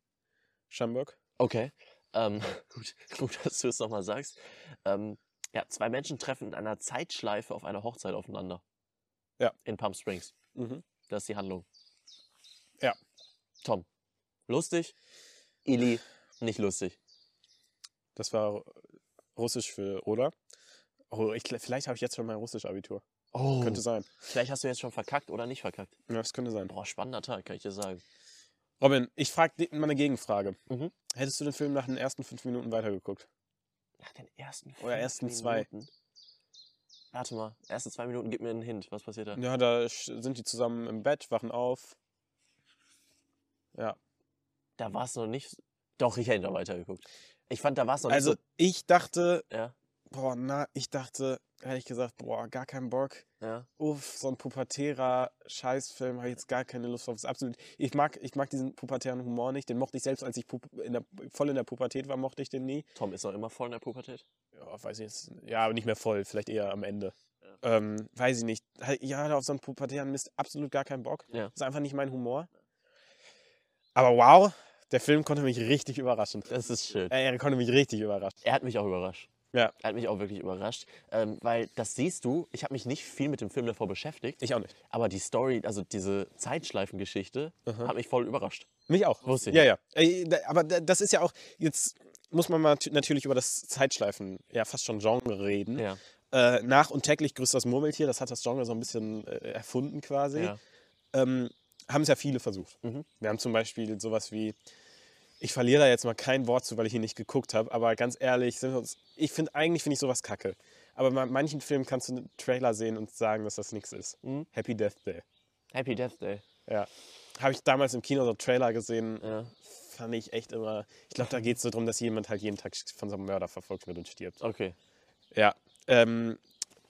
[SPEAKER 2] Schamberg.
[SPEAKER 1] Okay. Ähm, [LAUGHS] gut, gut, dass du es nochmal sagst. Ähm, ja, zwei Menschen treffen in einer Zeitschleife auf einer Hochzeit aufeinander.
[SPEAKER 2] Ja.
[SPEAKER 1] In Palm Springs. Das ist die Handlung.
[SPEAKER 2] Ja.
[SPEAKER 1] Tom. Lustig. Ili. Nicht lustig.
[SPEAKER 2] Das war Russisch für oder? Oh, ich, vielleicht habe ich jetzt schon mein Russisch-Abitur.
[SPEAKER 1] Oh.
[SPEAKER 2] Könnte sein.
[SPEAKER 1] Vielleicht hast du jetzt schon verkackt oder nicht verkackt.
[SPEAKER 2] Ja, das könnte sein.
[SPEAKER 1] Boah, spannender Tag, kann ich dir sagen.
[SPEAKER 2] Robin, ich frage mal eine Gegenfrage.
[SPEAKER 1] Mhm.
[SPEAKER 2] Hättest du den Film nach den ersten fünf Minuten weitergeguckt?
[SPEAKER 1] Nach den ersten fünf
[SPEAKER 2] Oder Oh, ersten zwei.
[SPEAKER 1] Minuten. Warte mal, erste zwei Minuten, gib mir einen Hint. Was passiert da?
[SPEAKER 2] Ja, da sch- sind die zusammen im Bett, wachen auf. Ja.
[SPEAKER 1] Da war es noch nicht. Doch, ich hätte noch weitergeguckt. Ich fand, da war es noch
[SPEAKER 2] Also
[SPEAKER 1] nicht
[SPEAKER 2] ich dachte,
[SPEAKER 1] so. Ja,
[SPEAKER 2] boah, na, ich dachte, ehrlich gesagt, boah, gar keinen Bock.
[SPEAKER 1] ja.
[SPEAKER 2] Uff, so ein pubertärer Scheißfilm, habe ich jetzt gar keine Lust drauf. Ist absolut. Ich mag, ich mag diesen pubertären Humor nicht. Den mochte ich selbst, als ich pup- in der, voll in der Pubertät war, mochte ich den nie.
[SPEAKER 1] Tom ist noch immer voll in der Pubertät.
[SPEAKER 2] Ja, weiß ich jetzt. Ja, aber nicht mehr voll, vielleicht eher am Ende. Ähm, weiß ich nicht. Halt, Ja, auf so einen pubertären Mist absolut gar keinen Bock.
[SPEAKER 1] Ja.
[SPEAKER 2] Ist einfach nicht mein Humor. Aber wow, der Film konnte mich richtig überraschen.
[SPEAKER 1] Das ist schön.
[SPEAKER 2] Äh, Er konnte mich richtig überraschen.
[SPEAKER 1] Er hat mich auch überrascht.
[SPEAKER 2] Ja.
[SPEAKER 1] Er hat mich auch wirklich überrascht. Ähm, weil das siehst du, ich habe mich nicht viel mit dem Film davor beschäftigt,
[SPEAKER 2] Ich auch nicht.
[SPEAKER 1] aber die Story, also diese Zeitschleifengeschichte,
[SPEAKER 2] Aha.
[SPEAKER 1] hat mich voll überrascht.
[SPEAKER 2] Mich auch.
[SPEAKER 1] Wusste ich
[SPEAKER 2] Ja, ja. Ey, da- Aber da- das ist ja auch, jetzt muss man mal tü- natürlich über das Zeitschleifen, ja fast schon Genre reden.
[SPEAKER 1] Ja.
[SPEAKER 2] Äh, nach und täglich grüßt das Murmeltier, das hat das Genre so ein bisschen äh, erfunden quasi.
[SPEAKER 1] ja.
[SPEAKER 2] Ähm, haben es ja viele versucht.
[SPEAKER 1] Mhm.
[SPEAKER 2] Wir haben zum Beispiel sowas wie, ich verliere da jetzt mal kein Wort zu, weil ich ihn nicht geguckt habe, aber ganz ehrlich, sind wir uns, ich finde, eigentlich finde ich sowas kacke. Aber bei manchen Filmen kannst du einen Trailer sehen und sagen, dass das nichts ist.
[SPEAKER 1] Mhm.
[SPEAKER 2] Happy Death Day.
[SPEAKER 1] Happy Death Day.
[SPEAKER 2] Ja. Habe ich damals im Kino so einen Trailer gesehen, äh,
[SPEAKER 1] Ja.
[SPEAKER 2] fand ich echt immer. Ich glaube, da geht es so darum, dass jemand halt jeden Tag von so einem Mörder verfolgt wird und stirbt.
[SPEAKER 1] Okay.
[SPEAKER 2] Ja. Ähm,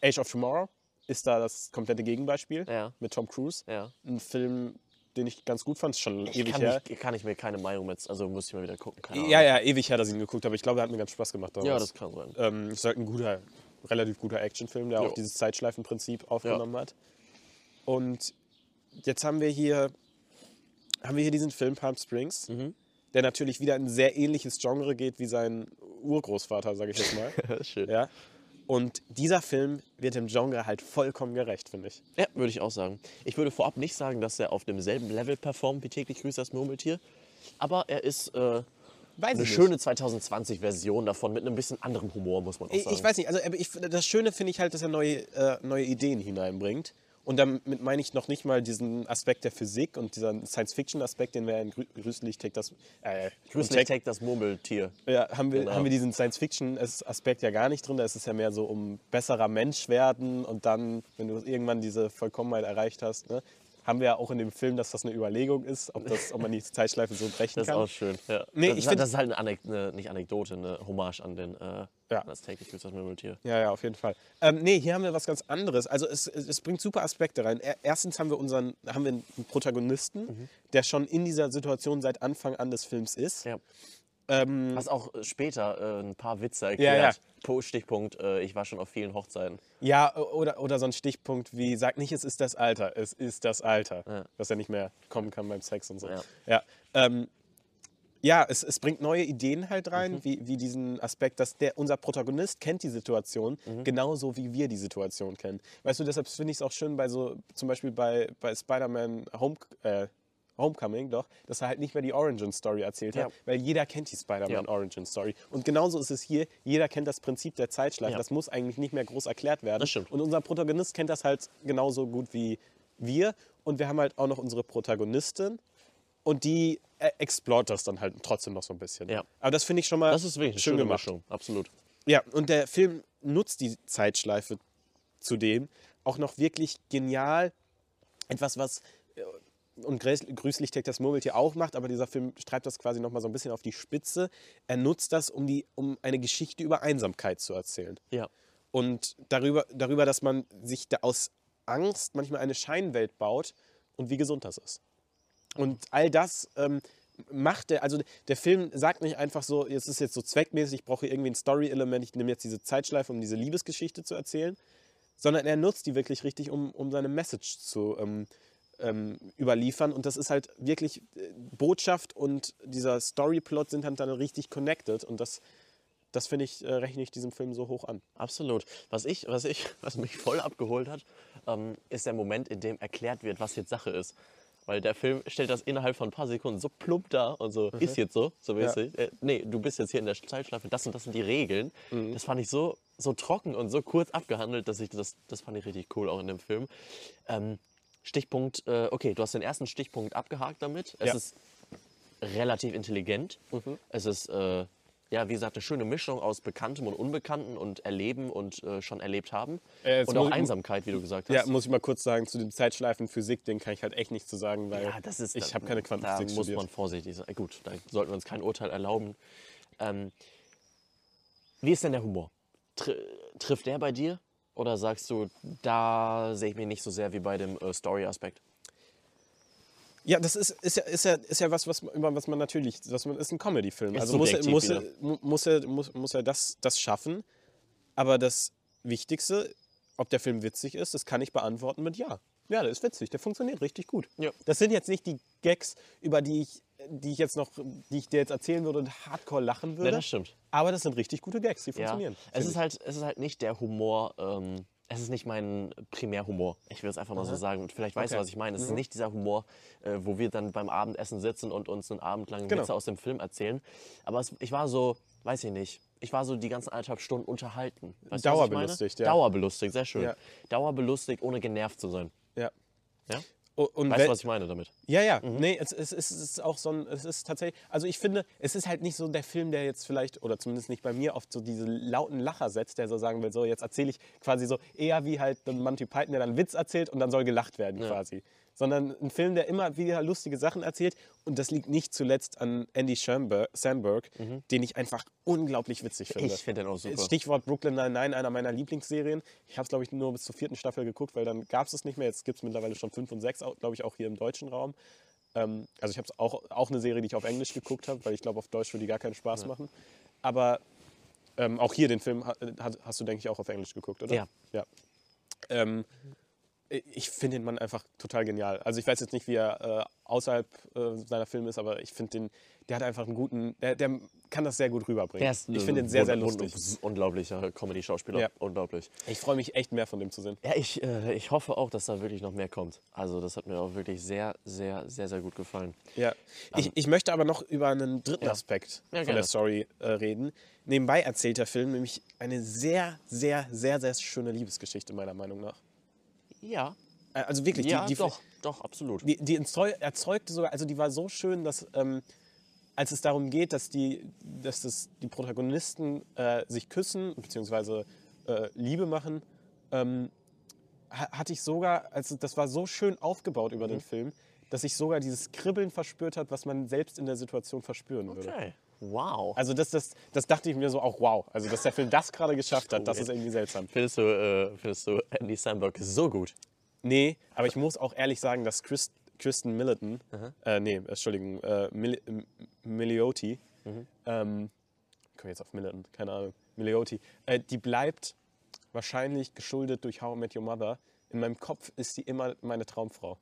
[SPEAKER 2] Age of Tomorrow ist da das komplette Gegenbeispiel
[SPEAKER 1] Ja.
[SPEAKER 2] mit Tom Cruise.
[SPEAKER 1] Ja.
[SPEAKER 2] Ein Film, den ich ganz gut fand, ist schon
[SPEAKER 1] Ich
[SPEAKER 2] ewig
[SPEAKER 1] kann,
[SPEAKER 2] her.
[SPEAKER 1] mich, kann ich mir keine Meinung jetzt, also muss ich mal wieder gucken. Keine Ahnung.
[SPEAKER 2] Ja, ja, ewig her, dass ich ihn geguckt habe. Ich glaube, er hat mir ganz Spaß gemacht.
[SPEAKER 1] ja,
[SPEAKER 2] damals.
[SPEAKER 1] das kann sein.
[SPEAKER 2] ähm, ist halt ein guter relativ guter Actionfilm, der
[SPEAKER 1] Ja.
[SPEAKER 2] auch dieses Zeitschleifenprinzip aufgenommen hat. Und jetzt haben wir hier, haben wir hier diesen Film Palm Springs,
[SPEAKER 1] Mhm.
[SPEAKER 2] der natürlich wieder in ein sehr ähnliches Genre geht wie sein Urgroßvater, sage ich jetzt mal.
[SPEAKER 1] Das ist schön. [LAUGHS] Ja,
[SPEAKER 2] ja. Und dieser Film wird dem Genre halt vollkommen gerecht, finde ich.
[SPEAKER 1] würde ich auch sagen. Ich würde vorab nicht sagen, dass er auf demselben Level performt wie täglich grüßt das Murmeltier, aber er ist äh,
[SPEAKER 2] Weiß
[SPEAKER 1] eine
[SPEAKER 2] ich
[SPEAKER 1] schöne 2020-Version davon mit einem bisschen anderem Humor, muss man auch
[SPEAKER 2] Ich,
[SPEAKER 1] sagen.
[SPEAKER 2] ich weiß nicht, also aber ich, das Schöne finde ich halt, dass er neue, äh, neue Ideen hineinbringt. Und damit meine ich noch nicht mal diesen Aspekt der Physik und diesen Science-Fiction-Aspekt, den wir in Grü Grüßlich Take das. Äh,
[SPEAKER 1] Grüß dich,
[SPEAKER 2] und Take-
[SPEAKER 1] Take das Murmeltier.
[SPEAKER 2] Ja, haben wir,
[SPEAKER 1] Genau.
[SPEAKER 2] haben wir diesen Science-Fiction-Aspekt ja gar nicht drin. Da ist es ja mehr so um besserer Mensch werden und dann, wenn du irgendwann diese Vollkommenheit erreicht hast, ne, haben wir ja auch in dem Film, dass das eine Überlegung ist, ob, das, ob man die Zeitschleife so brechen
[SPEAKER 1] Das ist
[SPEAKER 2] kann.
[SPEAKER 1] auch schön. Ja.
[SPEAKER 2] Nee,
[SPEAKER 1] das,
[SPEAKER 2] ich
[SPEAKER 1] ist, halt-
[SPEAKER 2] find-
[SPEAKER 1] das ist halt eine, Anek eine nicht Anekdote, eine Hommage an den äh,
[SPEAKER 2] Ja.
[SPEAKER 1] an das täglich grüßt das Murmeltier.
[SPEAKER 2] Ja, ja, auf jeden Fall. Ähm, nee, hier haben wir was ganz anderes. Also es, es es bringt super Aspekte rein. Er- Erstens haben wir unseren, haben wir einen Protagonisten, der schon in dieser Situation seit Anfang an des Films ist.
[SPEAKER 1] Ja.
[SPEAKER 2] Ähm,
[SPEAKER 1] Was auch äh, später äh, ein paar Witze erklärt. Po, Stichpunkt, äh, ich war schon auf vielen Hochzeiten.
[SPEAKER 2] ja, o- oder, oder so ein Stichpunkt wie, sag nicht, es ist das Alter, es ist das Alter,
[SPEAKER 1] Ja.
[SPEAKER 2] was ja nicht mehr kommen kann beim Sex und so.
[SPEAKER 1] Ja.
[SPEAKER 2] Ja, ja. Ähm, ja es, es bringt neue Ideen halt rein,
[SPEAKER 1] Mhm.
[SPEAKER 2] wie, wie diesen Aspekt, dass der, unser Protagonist kennt die Situation,
[SPEAKER 1] Mhm.
[SPEAKER 2] genauso wie wir die Situation kennen. Weißt du, deshalb finde ich es auch schön bei so, zum Beispiel bei, bei Spider-Man Home, äh, Homecoming, doch, dass er halt nicht mehr die Origin-Story erzählt hat,
[SPEAKER 1] Ja.
[SPEAKER 2] weil jeder kennt die Spider-Man
[SPEAKER 1] Ja.
[SPEAKER 2] Origin-Story. Und genauso ist es hier, jeder kennt das Prinzip der Zeitschleife,
[SPEAKER 1] Ja.
[SPEAKER 2] das muss eigentlich nicht mehr groß erklärt werden.
[SPEAKER 1] Das stimmt.
[SPEAKER 2] Und unser Protagonist kennt das halt genauso gut wie wir. Und wir haben halt auch noch unsere Protagonistin. Und die äh, explort das dann halt trotzdem noch so ein bisschen.
[SPEAKER 1] Ja.
[SPEAKER 2] Aber das finde ich schon mal
[SPEAKER 1] Das ist wirklich eine
[SPEAKER 2] schön
[SPEAKER 1] schöne
[SPEAKER 2] gemacht.
[SPEAKER 1] Mischung. Absolut.
[SPEAKER 2] Ja, und der Film nutzt die Zeitschleife zudem auch noch wirklich genial. Etwas, was äh, und Grüß- grüßlich Tech das Murmeltier auch macht, aber dieser Film streibt das quasi nochmal so ein bisschen auf die Spitze. Er nutzt das, um, die, um eine Geschichte über Einsamkeit zu erzählen.
[SPEAKER 1] Ja.
[SPEAKER 2] Und darüber, darüber, dass man sich da aus Angst manchmal eine Scheinwelt baut und wie gesund das ist. Und all das ähm, macht der, also der Film sagt nicht einfach so, es ist jetzt so zweckmäßig, ich brauche irgendwie ein Story-Element, ich nehme jetzt diese Zeitschleife, um diese Liebesgeschichte zu erzählen, sondern er nutzt die wirklich richtig, um, um seine Message zu ähm, ähm, überliefern. Und das ist halt wirklich, äh, Botschaft und dieser Story-Plot sind halt dann richtig connected und das, das finde ich, äh, rechne ich diesem Film so hoch an.
[SPEAKER 1] Absolut. Was ich, was ich, [LAUGHS] was mich voll abgeholt hat, ähm, ist der Moment, in dem erklärt wird, was jetzt Sache ist. Weil der Film stellt das innerhalb von ein paar Sekunden so plump dar und so, ist jetzt so, so mäßig. Äh, nee, du bist jetzt hier in der Zeitschleife, das und das sind die Regeln. Das fand ich so, so trocken und so kurz abgehandelt, dass ich das, das fand ich richtig cool auch in dem Film. Ähm, Stichpunkt, äh, okay, du hast den ersten Stichpunkt abgehakt damit. Es
[SPEAKER 2] Ja. Mhm.
[SPEAKER 1] ist relativ intelligent. Es ist, äh, ja, wie gesagt, eine schöne Mischung aus Bekanntem und Unbekannten und Erleben und äh, schon erlebt haben.
[SPEAKER 2] Äh, jetzt
[SPEAKER 1] und auch
[SPEAKER 2] muss ich-
[SPEAKER 1] Einsamkeit, wie du gesagt hast.
[SPEAKER 2] Ja, muss ich mal kurz sagen, zu dem Zeitschleifen-Physik, den kann ich halt echt nichts zu sagen, weil
[SPEAKER 1] Ja, das ist,
[SPEAKER 2] ich
[SPEAKER 1] da-
[SPEAKER 2] habe keine Quantenphysik
[SPEAKER 1] Da muss
[SPEAKER 2] studiert.
[SPEAKER 1] man vorsichtig sein. Gut, da sollten wir uns kein Urteil erlauben. Ähm, wie ist denn der Humor? Tr trifft der bei dir? Oder sagst du, da sehe ich mich nicht so sehr wie bei dem äh, Story-Aspekt?
[SPEAKER 2] Ja, das ist, ist, ja, ist, ja, ist ja was, was man- über was man natürlich, was man ist ein Comedy-Film.
[SPEAKER 1] Ist
[SPEAKER 2] Also muss er,
[SPEAKER 1] subjektiv
[SPEAKER 2] muss, er,
[SPEAKER 1] wieder.
[SPEAKER 2] mu- muss, er, muss, muss er das, das schaffen. Aber das Wichtigste, ob der Film witzig ist, das kann ich beantworten mit Ja. Ja, der ist witzig, der funktioniert richtig gut.
[SPEAKER 1] Ja.
[SPEAKER 2] Das sind jetzt nicht die Gags, über die ich, die ich jetzt noch, die ich dir jetzt erzählen würde und hardcore lachen würde.
[SPEAKER 1] das stimmt.
[SPEAKER 2] Aber das sind richtig gute Gags, die
[SPEAKER 1] Ja.
[SPEAKER 2] funktionieren.
[SPEAKER 1] Es
[SPEAKER 2] finde
[SPEAKER 1] ist, halt, es ist halt nicht der Humor, ähm, es ist nicht mein Primärhumor. Ich will es einfach mal so sagen. Und vielleicht weißt du,
[SPEAKER 2] Okay. Mhm.
[SPEAKER 1] was ich meine. Es ist nicht dieser Humor, äh, wo wir dann beim Abendessen sitzen und uns einen Abend lang
[SPEAKER 2] Genau.
[SPEAKER 1] Witze aus dem Film erzählen. Aber es, ich war so, weiß ich nicht, ich war so die ganzen anderthalb Stunden unterhalten. Weißt du, was ich meine?
[SPEAKER 2] Dauerbelustigt, ja.
[SPEAKER 1] Dauerbelustigt, sehr schön.
[SPEAKER 2] Ja.
[SPEAKER 1] Dauerbelustigt, ohne genervt zu sein.
[SPEAKER 2] ich. ja.
[SPEAKER 1] Ja?
[SPEAKER 2] Und- Und
[SPEAKER 1] Weißt
[SPEAKER 2] wel-
[SPEAKER 1] du, was ich meine damit?
[SPEAKER 2] Ja, ja.
[SPEAKER 1] Mhm.
[SPEAKER 2] Nee, es, es, es ist auch so ein, es ist tatsächlich, also ich finde, es ist halt nicht so der Film, der jetzt vielleicht, oder zumindest nicht bei mir, oft so diese lauten Lacher setzt, der so sagen will, so jetzt erzähle ich quasi so eher wie halt ein Monty Python, der dann einen Witz erzählt und dann soll gelacht werden quasi. Sondern ein Film, der immer wieder lustige Sachen erzählt und das liegt nicht zuletzt an Andy Schoenberg, Sandberg, den ich einfach unglaublich witzig finde.
[SPEAKER 1] Mhm. Ich finde den auch Genau, super.
[SPEAKER 2] Stichwort Brooklyn Nine-Nine, einer meiner Lieblingsserien. Ich habe es, glaube ich, nur bis zur vierten Staffel geguckt, weil dann gab es es nicht mehr. Jetzt gibt es mittlerweile schon fünf und sechs, glaube ich, auch hier im deutschen Raum. Ähm, also ich habe auch, auch eine Serie, die ich auf Englisch geguckt habe, weil ich glaube, auf Deutsch würde die gar keinen Spaß machen. Aber Ähm, auch hier den Film ha- hat- hast du, denke ich, auch auf Englisch geguckt, oder?
[SPEAKER 1] Ja.
[SPEAKER 2] ja. Ähm, ich finde den Mann einfach total genial. Also ich weiß jetzt nicht, wie er äh, außerhalb äh, seiner Filme ist, aber ich finde den, der hat einfach einen guten, der, der kann das sehr gut rüberbringen. ich
[SPEAKER 1] äh,
[SPEAKER 2] finde den sehr, sehr lustig.
[SPEAKER 1] Unglaublicher Comedy-Schauspieler.
[SPEAKER 2] Ja.
[SPEAKER 1] Unglaublich.
[SPEAKER 2] Ich freue mich echt mehr von dem zu sehen.
[SPEAKER 1] Ja, ich, äh, ich hoffe auch, dass da wirklich noch mehr kommt. Also, das hat mir auch wirklich sehr, sehr, sehr, sehr gut gefallen.
[SPEAKER 2] Ja. Ich, ich möchte aber noch über einen dritten Aspekt
[SPEAKER 1] Ja,
[SPEAKER 2] von
[SPEAKER 1] gerne.
[SPEAKER 2] der Story äh, reden. Nebenbei erzählt der Film nämlich eine sehr, sehr, sehr, sehr schöne Liebesgeschichte, meiner Meinung nach.
[SPEAKER 1] Ja,
[SPEAKER 2] Äh, Also wirklich,
[SPEAKER 1] ja,
[SPEAKER 2] die, die,
[SPEAKER 1] doch, doch, absolut.
[SPEAKER 2] Die, die entstreu- erzeugte sogar, also die war so schön, dass ähm, als es darum geht, dass die, dass das, die Protagonisten äh, sich küssen bzw. Äh, Liebe machen, ähm, ha- hatte ich sogar, also das war so schön aufgebaut über den Film, dass ich sogar dieses Kribbeln verspürt hat, was man selbst in der Situation verspüren würde.
[SPEAKER 1] Okay. Wow.
[SPEAKER 2] Also das, das, das dachte ich mir so auch, wow, also dass der Film das gerade geschafft hat, das ist irgendwie seltsam.
[SPEAKER 1] Findest du, äh, findest du Andy Samberg so gut?
[SPEAKER 2] Nee, aber ich muss auch ehrlich sagen, dass Chris, Kristen Milliton, äh, nee, Entschuldigung, äh, Mil M- Milioti,
[SPEAKER 1] Mhm.
[SPEAKER 2] ähm, ich komme jetzt auf Milliton, keine Ahnung, Milioti, äh, die bleibt wahrscheinlich geschuldet durch How I Met Your Mother. In meinem Kopf ist die immer meine Traumfrau.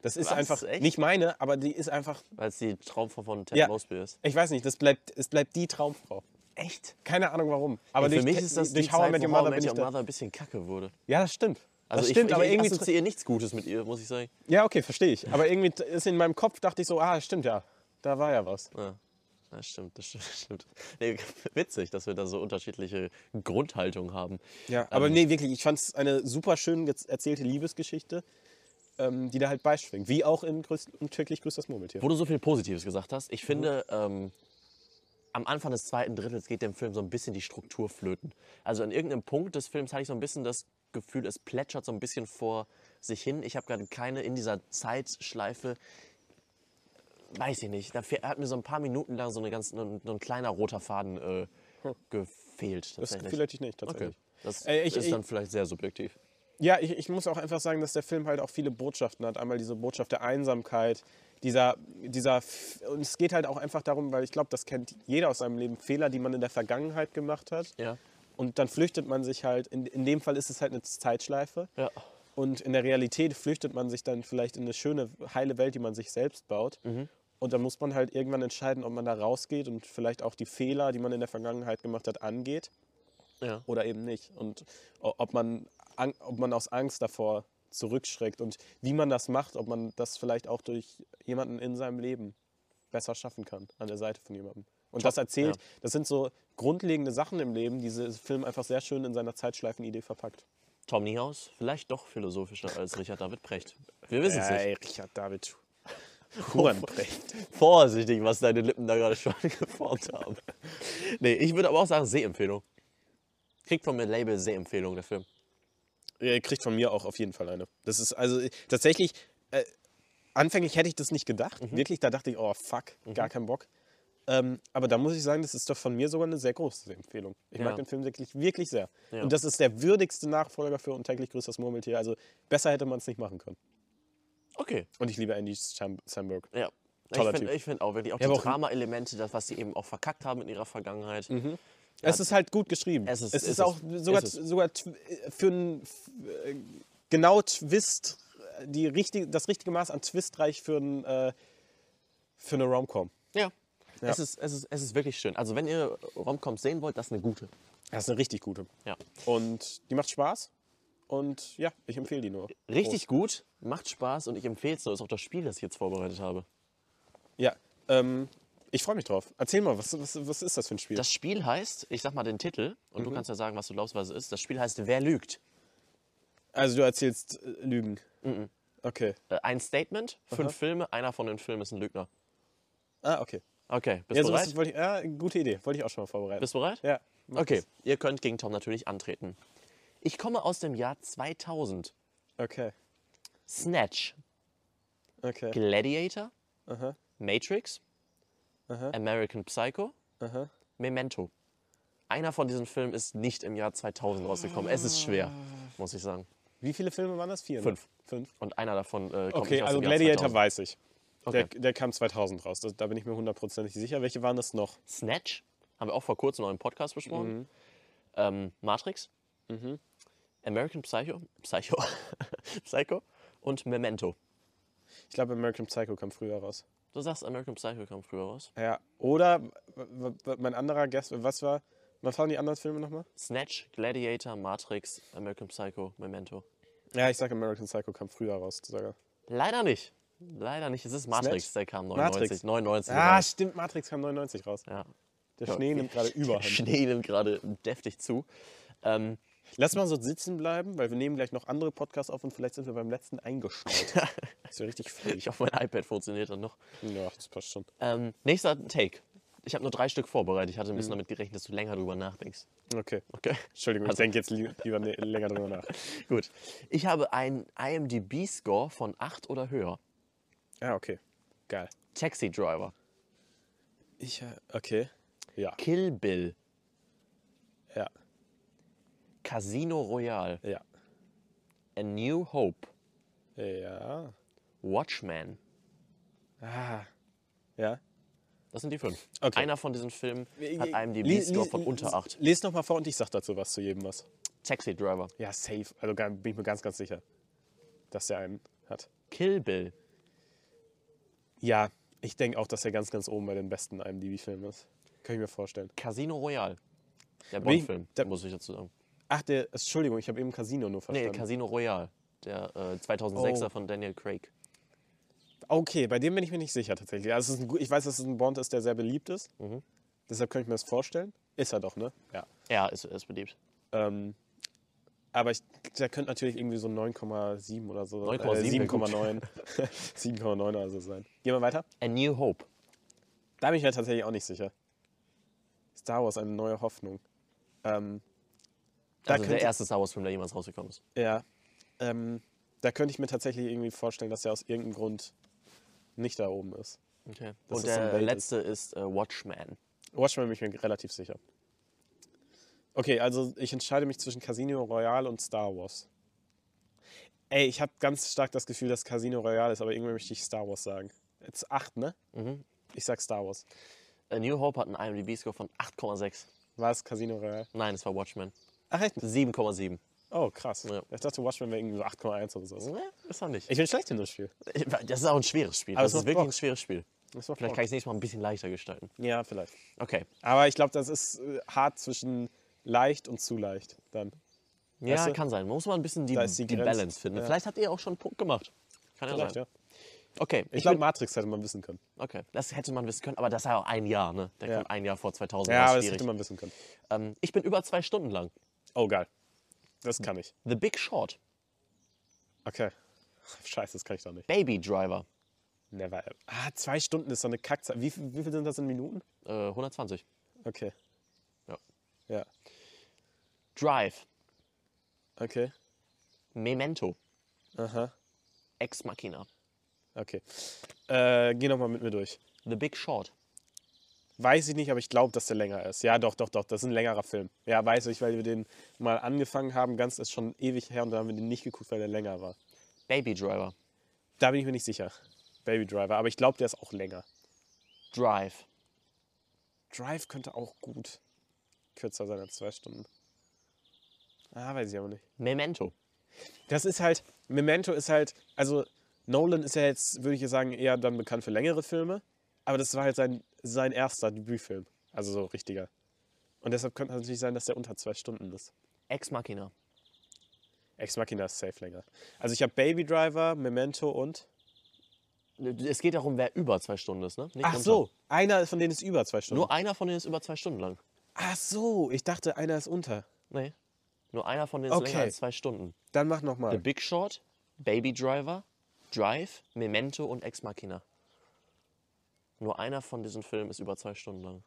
[SPEAKER 2] Das ist
[SPEAKER 1] Was?
[SPEAKER 2] einfach,
[SPEAKER 1] Echt?
[SPEAKER 2] nicht meine, aber die ist einfach,
[SPEAKER 1] Weil es die Traumfrau von Ted
[SPEAKER 2] Ja.
[SPEAKER 1] Mosby ist.
[SPEAKER 2] ich weiß nicht, das bleibt, es bleibt die Traumfrau.
[SPEAKER 1] Echt?
[SPEAKER 2] Keine Ahnung warum. Aber
[SPEAKER 1] Für
[SPEAKER 2] durch,
[SPEAKER 1] mich ist das
[SPEAKER 2] durch
[SPEAKER 1] die
[SPEAKER 2] How I
[SPEAKER 1] Zeit,
[SPEAKER 2] Met Your
[SPEAKER 1] wo How I
[SPEAKER 2] Mother bin
[SPEAKER 1] Met
[SPEAKER 2] ich
[SPEAKER 1] Your
[SPEAKER 2] da.
[SPEAKER 1] Mother ein bisschen kacke wurde.
[SPEAKER 2] Ja, das stimmt.
[SPEAKER 1] Also
[SPEAKER 2] das
[SPEAKER 1] ich,
[SPEAKER 2] stimmt,
[SPEAKER 1] ich,
[SPEAKER 2] aber
[SPEAKER 1] ich
[SPEAKER 2] irgendwie
[SPEAKER 1] assoziiere nichts Gutes mit ihr, muss ich sagen.
[SPEAKER 2] Ja, okay, verstehe ich. Aber irgendwie t- ist in meinem Kopf, dachte ich so, ah, stimmt ja, da war ja was.
[SPEAKER 1] Ja. Das stimmt, das stimmt. Das stimmt. [LAUGHS] Nee, witzig, dass wir da so unterschiedliche Grundhaltungen haben.
[SPEAKER 2] Ja, aber
[SPEAKER 1] ähm.
[SPEAKER 2] nee, wirklich, ich fand es eine super schön gez- erzählte Liebesgeschichte, ähm, die da halt beischwingt. Wie auch in, größt, in täglich grüßt das Murmeltier.
[SPEAKER 1] Wo du so viel Positives gesagt hast,
[SPEAKER 2] Mhm.
[SPEAKER 1] ich finde, ähm, am Anfang des zweiten Drittels geht dem Film so ein bisschen die Struktur flöten. Also an irgendeinem Punkt des Films hatte ich so ein bisschen das Gefühl, es plätschert so ein bisschen vor sich hin. Ich habe gerade keine in dieser Zeitschleife, weiß ich nicht, da fe- hat mir so ein paar Minuten lang so, eine ganz, so ein so ein kleiner roter Faden äh, gefehlt.
[SPEAKER 2] Hm. Das
[SPEAKER 1] tatsächlich.
[SPEAKER 2] Gefühl hätte ich nicht,
[SPEAKER 1] Okay.
[SPEAKER 2] tatsächlich.
[SPEAKER 1] Das
[SPEAKER 2] Äh, ich-
[SPEAKER 1] ist
[SPEAKER 2] ich-
[SPEAKER 1] dann vielleicht sehr subjektiv.
[SPEAKER 2] Ja, ich, ich muss auch einfach sagen, dass der Film halt auch viele Botschaften hat. Einmal diese Botschaft der Einsamkeit, dieser, dieser, F- und es geht halt auch einfach darum, weil ich glaube, das kennt jeder aus seinem Leben, Fehler, die man in der Vergangenheit gemacht hat.
[SPEAKER 1] Ja.
[SPEAKER 2] Und dann flüchtet man sich halt, in, in dem Fall ist es halt eine Zeitschleife.
[SPEAKER 1] Ja.
[SPEAKER 2] Und in der Realität flüchtet man sich dann vielleicht in eine schöne, heile Welt, die man sich selbst baut. Und dann muss man halt irgendwann entscheiden, ob man da rausgeht und vielleicht auch die Fehler, die man in der Vergangenheit gemacht hat, angeht
[SPEAKER 1] ja.
[SPEAKER 2] oder eben nicht. Und o- ob man, an- ob man aus Angst davor zurückschreckt und wie man das macht, ob man das vielleicht auch durch jemanden in seinem Leben besser schaffen kann, an der Seite von jemandem. Und das erzählt,
[SPEAKER 1] ja.
[SPEAKER 2] das sind so grundlegende Sachen im Leben, die dieser Film einfach sehr schön in seiner Zeitschleifenidee verpackt.
[SPEAKER 1] Tom Niehaus, vielleicht doch philosophischer als Richard David Precht. Wir wissen es nicht.
[SPEAKER 2] Ey, Richard David [LAUGHS] Hurenbrecht.
[SPEAKER 1] Vorsichtig, was deine Lippen da gerade [LAUGHS] schon geformt haben. Nee, ich würde aber auch sagen, Sehempfehlung. Kriegt von mir Label Sehempfehlung, der Film.
[SPEAKER 2] Äh, Kriegt von mir auch auf jeden Fall eine. Das ist also äh, tatsächlich, äh, anfänglich hätte ich das nicht gedacht.
[SPEAKER 1] Mhm.
[SPEAKER 2] Wirklich, da dachte ich, oh fuck, gar keinen Bock. Ähm, aber da muss ich sagen, das ist doch von mir sogar eine sehr große Empfehlung. Ich
[SPEAKER 1] Ja.
[SPEAKER 2] mag den Film wirklich, wirklich sehr.
[SPEAKER 1] Ja.
[SPEAKER 2] Und das ist der würdigste Nachfolger für Und täglich grüßt das Murmeltier. Also besser hätte man es nicht machen können.
[SPEAKER 1] Okay,
[SPEAKER 2] Und ich liebe Andy Sam- Samberg.
[SPEAKER 1] ja.
[SPEAKER 2] Toller
[SPEAKER 1] ich finde
[SPEAKER 2] Typ.
[SPEAKER 1] ich find auch wirklich auch
[SPEAKER 2] Ja,
[SPEAKER 1] die
[SPEAKER 2] aber auch-
[SPEAKER 1] Drama-Elemente, das, was sie eben auch verkackt haben in ihrer Vergangenheit.
[SPEAKER 2] Mhm. Es ist halt gut geschrieben.
[SPEAKER 1] Es ist- es ist-
[SPEAKER 2] auch sogar,
[SPEAKER 1] es ist.
[SPEAKER 2] sogar tw- äh, für einen f- äh, genau Twist, äh, die richtig, das richtige Maß an Twistreich für, einen, äh, für eine Romcom.
[SPEAKER 1] Ja. Es, ist, es, ist, es ist wirklich schön. Also, wenn ihr Romcoms sehen wollt, das ist eine gute.
[SPEAKER 2] Das ist eine richtig gute.
[SPEAKER 1] Ja.
[SPEAKER 2] Und die macht Spaß. Und ja, ich empfehle die nur.
[SPEAKER 1] Richtig gut, macht Spaß und ich empfehle es. Das ist auch das Spiel, das ich jetzt vorbereitet habe.
[SPEAKER 2] Ja, ähm, ich freue mich drauf. Erzähl mal, was, was, was ist das für ein Spiel?
[SPEAKER 1] Das Spiel heißt, ich sag mal den Titel und
[SPEAKER 2] Mhm.
[SPEAKER 1] du kannst ja sagen, was du glaubst, was es ist. Das Spiel heißt Wer lügt?
[SPEAKER 2] also du erzählst äh, Lügen. Okay.
[SPEAKER 1] Äh, Ein Statement, fünf Filme, einer von den Filmen ist ein Lügner.
[SPEAKER 2] Ah, okay.
[SPEAKER 1] Okay, bist
[SPEAKER 2] Ja,
[SPEAKER 1] du
[SPEAKER 2] sowas
[SPEAKER 1] bereit?
[SPEAKER 2] wollte ich, ja, gute Idee. Wollte ich auch schon mal vorbereiten.
[SPEAKER 1] Bist du bereit?
[SPEAKER 2] ja. mach
[SPEAKER 1] Okay,
[SPEAKER 2] das.
[SPEAKER 1] ihr könnt gegen Tom natürlich antreten. Ich komme aus dem Jahr 2000.
[SPEAKER 2] Okay.
[SPEAKER 1] Snatch,
[SPEAKER 2] Okay.
[SPEAKER 1] Gladiator,
[SPEAKER 2] Aha.
[SPEAKER 1] Matrix,
[SPEAKER 2] Aha.
[SPEAKER 1] American Psycho,
[SPEAKER 2] Aha.
[SPEAKER 1] Memento. Einer von diesen Filmen ist nicht im Jahr 2000 rausgekommen. Es ist schwer, muss ich sagen.
[SPEAKER 2] Wie viele Filme waren das? Vier? ne?
[SPEAKER 1] Fünf.
[SPEAKER 2] Fünf.
[SPEAKER 1] Und einer davon äh, kommt
[SPEAKER 2] Okay,
[SPEAKER 1] nicht aus
[SPEAKER 2] also
[SPEAKER 1] dem Jahr
[SPEAKER 2] Gladiator
[SPEAKER 1] 2000.
[SPEAKER 2] weiß ich.
[SPEAKER 1] Okay.
[SPEAKER 2] Der, der kam 2000 raus. Da, da bin ich mir hundertprozentig sicher. Welche waren das noch?
[SPEAKER 1] Snatch, haben wir auch vor kurzem noch im Podcast besprochen. Ähm, Matrix,
[SPEAKER 2] Mhm.
[SPEAKER 1] American Psycho, Psycho, [LAUGHS] Psycho und Memento.
[SPEAKER 2] Ich glaube, American Psycho kam früher raus.
[SPEAKER 1] Du sagst, American Psycho kam früher raus.
[SPEAKER 2] Ja, oder w- w- w- mein anderer Gast, was war, was waren die anderen Filme nochmal?
[SPEAKER 1] Snatch, Gladiator, Matrix, American Psycho, Memento.
[SPEAKER 2] Ja, ich sage American Psycho kam früher raus. Sogar.
[SPEAKER 1] Leider nicht. Leider nicht. Es ist Matrix,
[SPEAKER 2] Snatch?
[SPEAKER 1] der kam 99.
[SPEAKER 2] Matrix.
[SPEAKER 1] 99
[SPEAKER 2] Ah,
[SPEAKER 1] raus.
[SPEAKER 2] stimmt, Matrix kam 99 raus.
[SPEAKER 1] ja.
[SPEAKER 2] Der
[SPEAKER 1] Ja,
[SPEAKER 2] Schnee
[SPEAKER 1] okay.
[SPEAKER 2] nimmt gerade
[SPEAKER 1] Der
[SPEAKER 2] überhand.
[SPEAKER 1] Schnee nimmt gerade deftig zu. Ähm,
[SPEAKER 2] [LAUGHS] Lass mal so sitzen bleiben, weil wir nehmen gleich noch andere Podcasts auf und vielleicht sind wir beim letzten [LAUGHS] eingestaut. das wäre richtig
[SPEAKER 1] ich
[SPEAKER 2] fähig.
[SPEAKER 1] hoffe, mein iPad funktioniert dann noch.
[SPEAKER 2] Ja, das passt schon.
[SPEAKER 1] Ähm, nächster Take. Ich habe nur drei Stück vorbereitet. Ich hatte ein bisschen
[SPEAKER 2] Mhm.
[SPEAKER 1] damit gerechnet, dass du länger drüber nachdenkst.
[SPEAKER 2] Okay.
[SPEAKER 1] Okay, [LAUGHS]
[SPEAKER 2] Entschuldigung, ich denke jetzt li lieber ne länger drüber nach.
[SPEAKER 1] gut. Ich habe einen IMDb-Score von 8 oder höher.
[SPEAKER 2] Ja, okay. Geil.
[SPEAKER 1] Taxi Driver,
[SPEAKER 2] Ich, äh, okay. Ja,
[SPEAKER 1] Kill Bill,
[SPEAKER 2] ja,
[SPEAKER 1] Casino Royale,
[SPEAKER 2] ja,
[SPEAKER 1] A New Hope,
[SPEAKER 2] ja.
[SPEAKER 1] Watchmen.
[SPEAKER 2] Ah. Ja.
[SPEAKER 1] Das sind die fünf.
[SPEAKER 2] Okay.
[SPEAKER 1] Einer von diesen Filmen hat
[SPEAKER 2] einem
[SPEAKER 1] einen IMDb-Score von unter 8.
[SPEAKER 2] Lest nochmal vor und ich sag dazu was zu jedem was.
[SPEAKER 1] Taxi Driver,
[SPEAKER 2] Ja, safe. Also gar- bin ich mir ganz, ganz sicher, dass der einen hat.
[SPEAKER 1] Kill Bill,
[SPEAKER 2] Ja, ich denke auch, dass er ganz, ganz oben bei den besten IMDb-Filmen ist. Kann ich mir vorstellen.
[SPEAKER 1] Casino Royale. Der
[SPEAKER 2] Wie-
[SPEAKER 1] Bond-Film,
[SPEAKER 2] der-
[SPEAKER 1] muss ich dazu sagen.
[SPEAKER 2] Ach, der, Entschuldigung, ich habe eben Casino nur
[SPEAKER 1] Nee,
[SPEAKER 2] verstanden.
[SPEAKER 1] Casino Royale. Der äh, 2006er
[SPEAKER 2] Oh.
[SPEAKER 1] von Daniel Craig.
[SPEAKER 2] okay, bei dem bin ich mir nicht sicher tatsächlich. Also es ist ein, gu- ich weiß, dass es ein Bond ist, der sehr beliebt ist. Deshalb könnte ich mir das vorstellen. Ist er doch, ne? Mhm. Ja.
[SPEAKER 1] Ja, ist, ist beliebt.
[SPEAKER 2] Ähm, aber ich, der könnte natürlich irgendwie so 9,7 oder so. äh,
[SPEAKER 1] 9,7 wär gut.
[SPEAKER 2] [LAUGHS] 7,9. 7,9 oder so sein. Gehen wir weiter.
[SPEAKER 1] A New Hope.
[SPEAKER 2] Da bin ich mir tatsächlich auch nicht sicher. Star Wars, eine neue Hoffnung. Ähm, da
[SPEAKER 1] Also der
[SPEAKER 2] könnte-
[SPEAKER 1] erste Star Wars-Film, der jemals rausgekommen ist.
[SPEAKER 2] Ja. Ähm, da könnte ich mir tatsächlich irgendwie vorstellen, dass er aus irgendeinem Grund nicht da oben ist.
[SPEAKER 1] Okay.
[SPEAKER 2] Dass
[SPEAKER 1] Und
[SPEAKER 2] das so ein
[SPEAKER 1] der
[SPEAKER 2] Welt ist.
[SPEAKER 1] letzte ist äh, Watchmen.
[SPEAKER 2] Watchmen bin ich mir relativ sicher. Okay, also ich entscheide mich zwischen Casino Royale und Star Wars. Ey, ich habe ganz stark das Gefühl, dass Casino Royale ist, aber irgendwie möchte ich Star Wars sagen. Jetzt 8, ne?
[SPEAKER 1] Mhm.
[SPEAKER 2] Ich sag Star Wars.
[SPEAKER 1] A New Hope hat einen IMDb-Score von 8,6.
[SPEAKER 2] War es Casino Royale?
[SPEAKER 1] Nein, es war Watchmen.
[SPEAKER 2] Ach, echt?
[SPEAKER 1] 7,7.
[SPEAKER 2] Oh, krass.
[SPEAKER 1] Ja.
[SPEAKER 2] Ich dachte, Watchmen wäre irgendwie so 8,1 oder so.
[SPEAKER 1] Ne, Ist doch nicht.
[SPEAKER 2] Ich bin schlecht in das Spiel.
[SPEAKER 1] das ist auch ein schweres Spiel.
[SPEAKER 2] Aber
[SPEAKER 1] das
[SPEAKER 2] es
[SPEAKER 1] ist
[SPEAKER 2] macht
[SPEAKER 1] wirklich
[SPEAKER 2] Bock.
[SPEAKER 1] ein schweres Spiel.
[SPEAKER 2] Das war
[SPEAKER 1] Vielleicht kann ich es nächstes Mal ein bisschen leichter gestalten.
[SPEAKER 2] Ja, vielleicht.
[SPEAKER 1] Okay.
[SPEAKER 2] Aber ich glaube, das ist äh, hart zwischen leicht und zu leicht dann.
[SPEAKER 1] Ja,
[SPEAKER 2] Weißt du?
[SPEAKER 1] kann sein. Man muss mal ein bisschen die,
[SPEAKER 2] Da ist die
[SPEAKER 1] die,
[SPEAKER 2] Grenze.
[SPEAKER 1] Balance finden.
[SPEAKER 2] Ja.
[SPEAKER 1] Vielleicht habt ihr auch schon einen Punkt gemacht. Kann ja
[SPEAKER 2] Vielleicht,
[SPEAKER 1] sein.
[SPEAKER 2] ja.
[SPEAKER 1] Okay.
[SPEAKER 2] Ich
[SPEAKER 1] bin-
[SPEAKER 2] glaube, Matrix hätte man wissen können.
[SPEAKER 1] Okay, das hätte man wissen können, aber das war auch ein Jahr, ne? Der
[SPEAKER 2] Ja.
[SPEAKER 1] kommt ein Jahr vor 2000,
[SPEAKER 2] Ja,
[SPEAKER 1] ja,
[SPEAKER 2] aber
[SPEAKER 1] war
[SPEAKER 2] das
[SPEAKER 1] schwierig.
[SPEAKER 2] hätte man wissen können.
[SPEAKER 1] ähm, ich bin über zwei Stunden lang.
[SPEAKER 2] Oh, geil. Das kann ich.
[SPEAKER 1] The Big Short,
[SPEAKER 2] Okay. [LAUGHS] Scheiße, das kann ich doch nicht.
[SPEAKER 1] Baby Driver,
[SPEAKER 2] Never. ever. Ah, zwei Stunden ist so eine Kackzeit. Wie, viel- wie viel sind das in Minuten?
[SPEAKER 1] äh, 120.
[SPEAKER 2] Okay.
[SPEAKER 1] Ja.
[SPEAKER 2] Ja.
[SPEAKER 1] Drive,
[SPEAKER 2] Okay.
[SPEAKER 1] Memento,
[SPEAKER 2] Aha.
[SPEAKER 1] Ex Machina,
[SPEAKER 2] Okay. Äh, geh nochmal mit mir durch.
[SPEAKER 1] The Big Short,
[SPEAKER 2] Weiß ich nicht, aber ich glaube, dass der länger ist. Ja, doch, doch, doch. Das ist ein längerer Film. Ja, weiß ich, weil wir den mal angefangen haben. Ganz ist schon ewig her und da haben wir den nicht geguckt, weil der länger war.
[SPEAKER 1] Baby Driver,
[SPEAKER 2] Da bin ich mir nicht sicher. Baby Driver. Aber ich glaube, der ist auch länger.
[SPEAKER 1] Drive,
[SPEAKER 2] Drive könnte auch gut kürzer sein als zwei Stunden. Ah, weiß ich aber nicht.
[SPEAKER 1] Memento.
[SPEAKER 2] Das ist halt, Memento ist halt, also Nolan ist ja jetzt, würde ich jetzt sagen, eher dann bekannt für längere Filme, aber das war halt sein, sein erster Debütfilm, also so richtiger. Und deshalb könnte es natürlich sein, dass der unter zwei Stunden ist.
[SPEAKER 1] Ex Machina.
[SPEAKER 2] Ex Machina ist safe länger. Also ich habe Baby Driver, Memento und...
[SPEAKER 1] Es geht darum, wer über zwei Stunden ist, ne? Nicht
[SPEAKER 2] Ach
[SPEAKER 1] unter.
[SPEAKER 2] so, einer von denen ist über zwei Stunden.
[SPEAKER 1] Nur einer von denen ist über zwei Stunden lang.
[SPEAKER 2] Ach so, ich dachte, einer ist unter.
[SPEAKER 1] Nee. Nur einer von denen ist
[SPEAKER 2] Okay.
[SPEAKER 1] länger als zwei Stunden.
[SPEAKER 2] Dann mach
[SPEAKER 1] The
[SPEAKER 2] nochmal.
[SPEAKER 1] Big Short, Baby Driver, Drive, Memento und Ex Machina. Nur einer von diesen Filmen ist über zwei Stunden lang.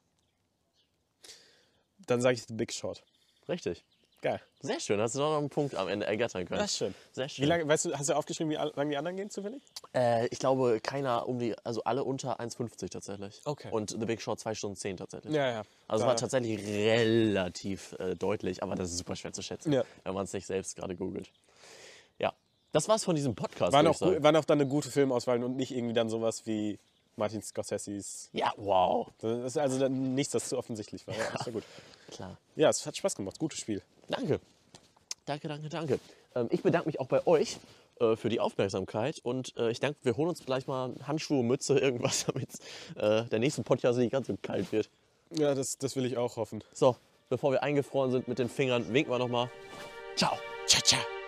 [SPEAKER 2] Dann sage ich The Big Short.
[SPEAKER 1] Richtig.
[SPEAKER 2] Geil.
[SPEAKER 1] Sehr schön, hast du doch noch einen Punkt am Ende ergattern können.
[SPEAKER 2] Das ist schön.
[SPEAKER 1] Sehr
[SPEAKER 2] Wie
[SPEAKER 1] schön.
[SPEAKER 2] lange, weißt du, hast du aufgeschrieben, wie al- lang die anderen gehen zufällig?
[SPEAKER 1] Äh, ich glaube, keiner um die, also alle unter 1,50 tatsächlich.
[SPEAKER 2] Okay.
[SPEAKER 1] Und The Big Short 2 Stunden 10 tatsächlich.
[SPEAKER 2] ja.
[SPEAKER 1] Also es war tatsächlich relativ äh, deutlich, aber das ist super schwer zu schätzen,
[SPEAKER 2] Ja.
[SPEAKER 1] wenn man es nicht selbst gerade googelt. Ja, das war's von diesem Podcast.
[SPEAKER 2] Waren
[SPEAKER 1] würd
[SPEAKER 2] auch,
[SPEAKER 1] ich sagen.
[SPEAKER 2] gu- waren auch dann eine gute Filmauswahl und nicht irgendwie dann sowas wie Martin Scorsese's.
[SPEAKER 1] Ja, wow.
[SPEAKER 2] Das ist also dann nichts, das zu offensichtlich war. Ja, ist ja gut.
[SPEAKER 1] Klar.
[SPEAKER 2] Ja, es hat Spaß gemacht. Gutes Spiel.
[SPEAKER 1] Danke. Danke, danke, danke. Ähm, ich bedanke mich auch bei euch äh, für die Aufmerksamkeit und äh, ich denke, wir holen uns gleich mal Handschuhe, Mütze, [LAUGHS] irgendwas, damit äh, der nächste Podcast nicht ganz so kalt wird.
[SPEAKER 2] Ja, das, das will ich auch hoffen.
[SPEAKER 1] So, bevor wir eingefroren sind mit den Fingern, winken wir nochmal. Ciao. Ciao, ciao.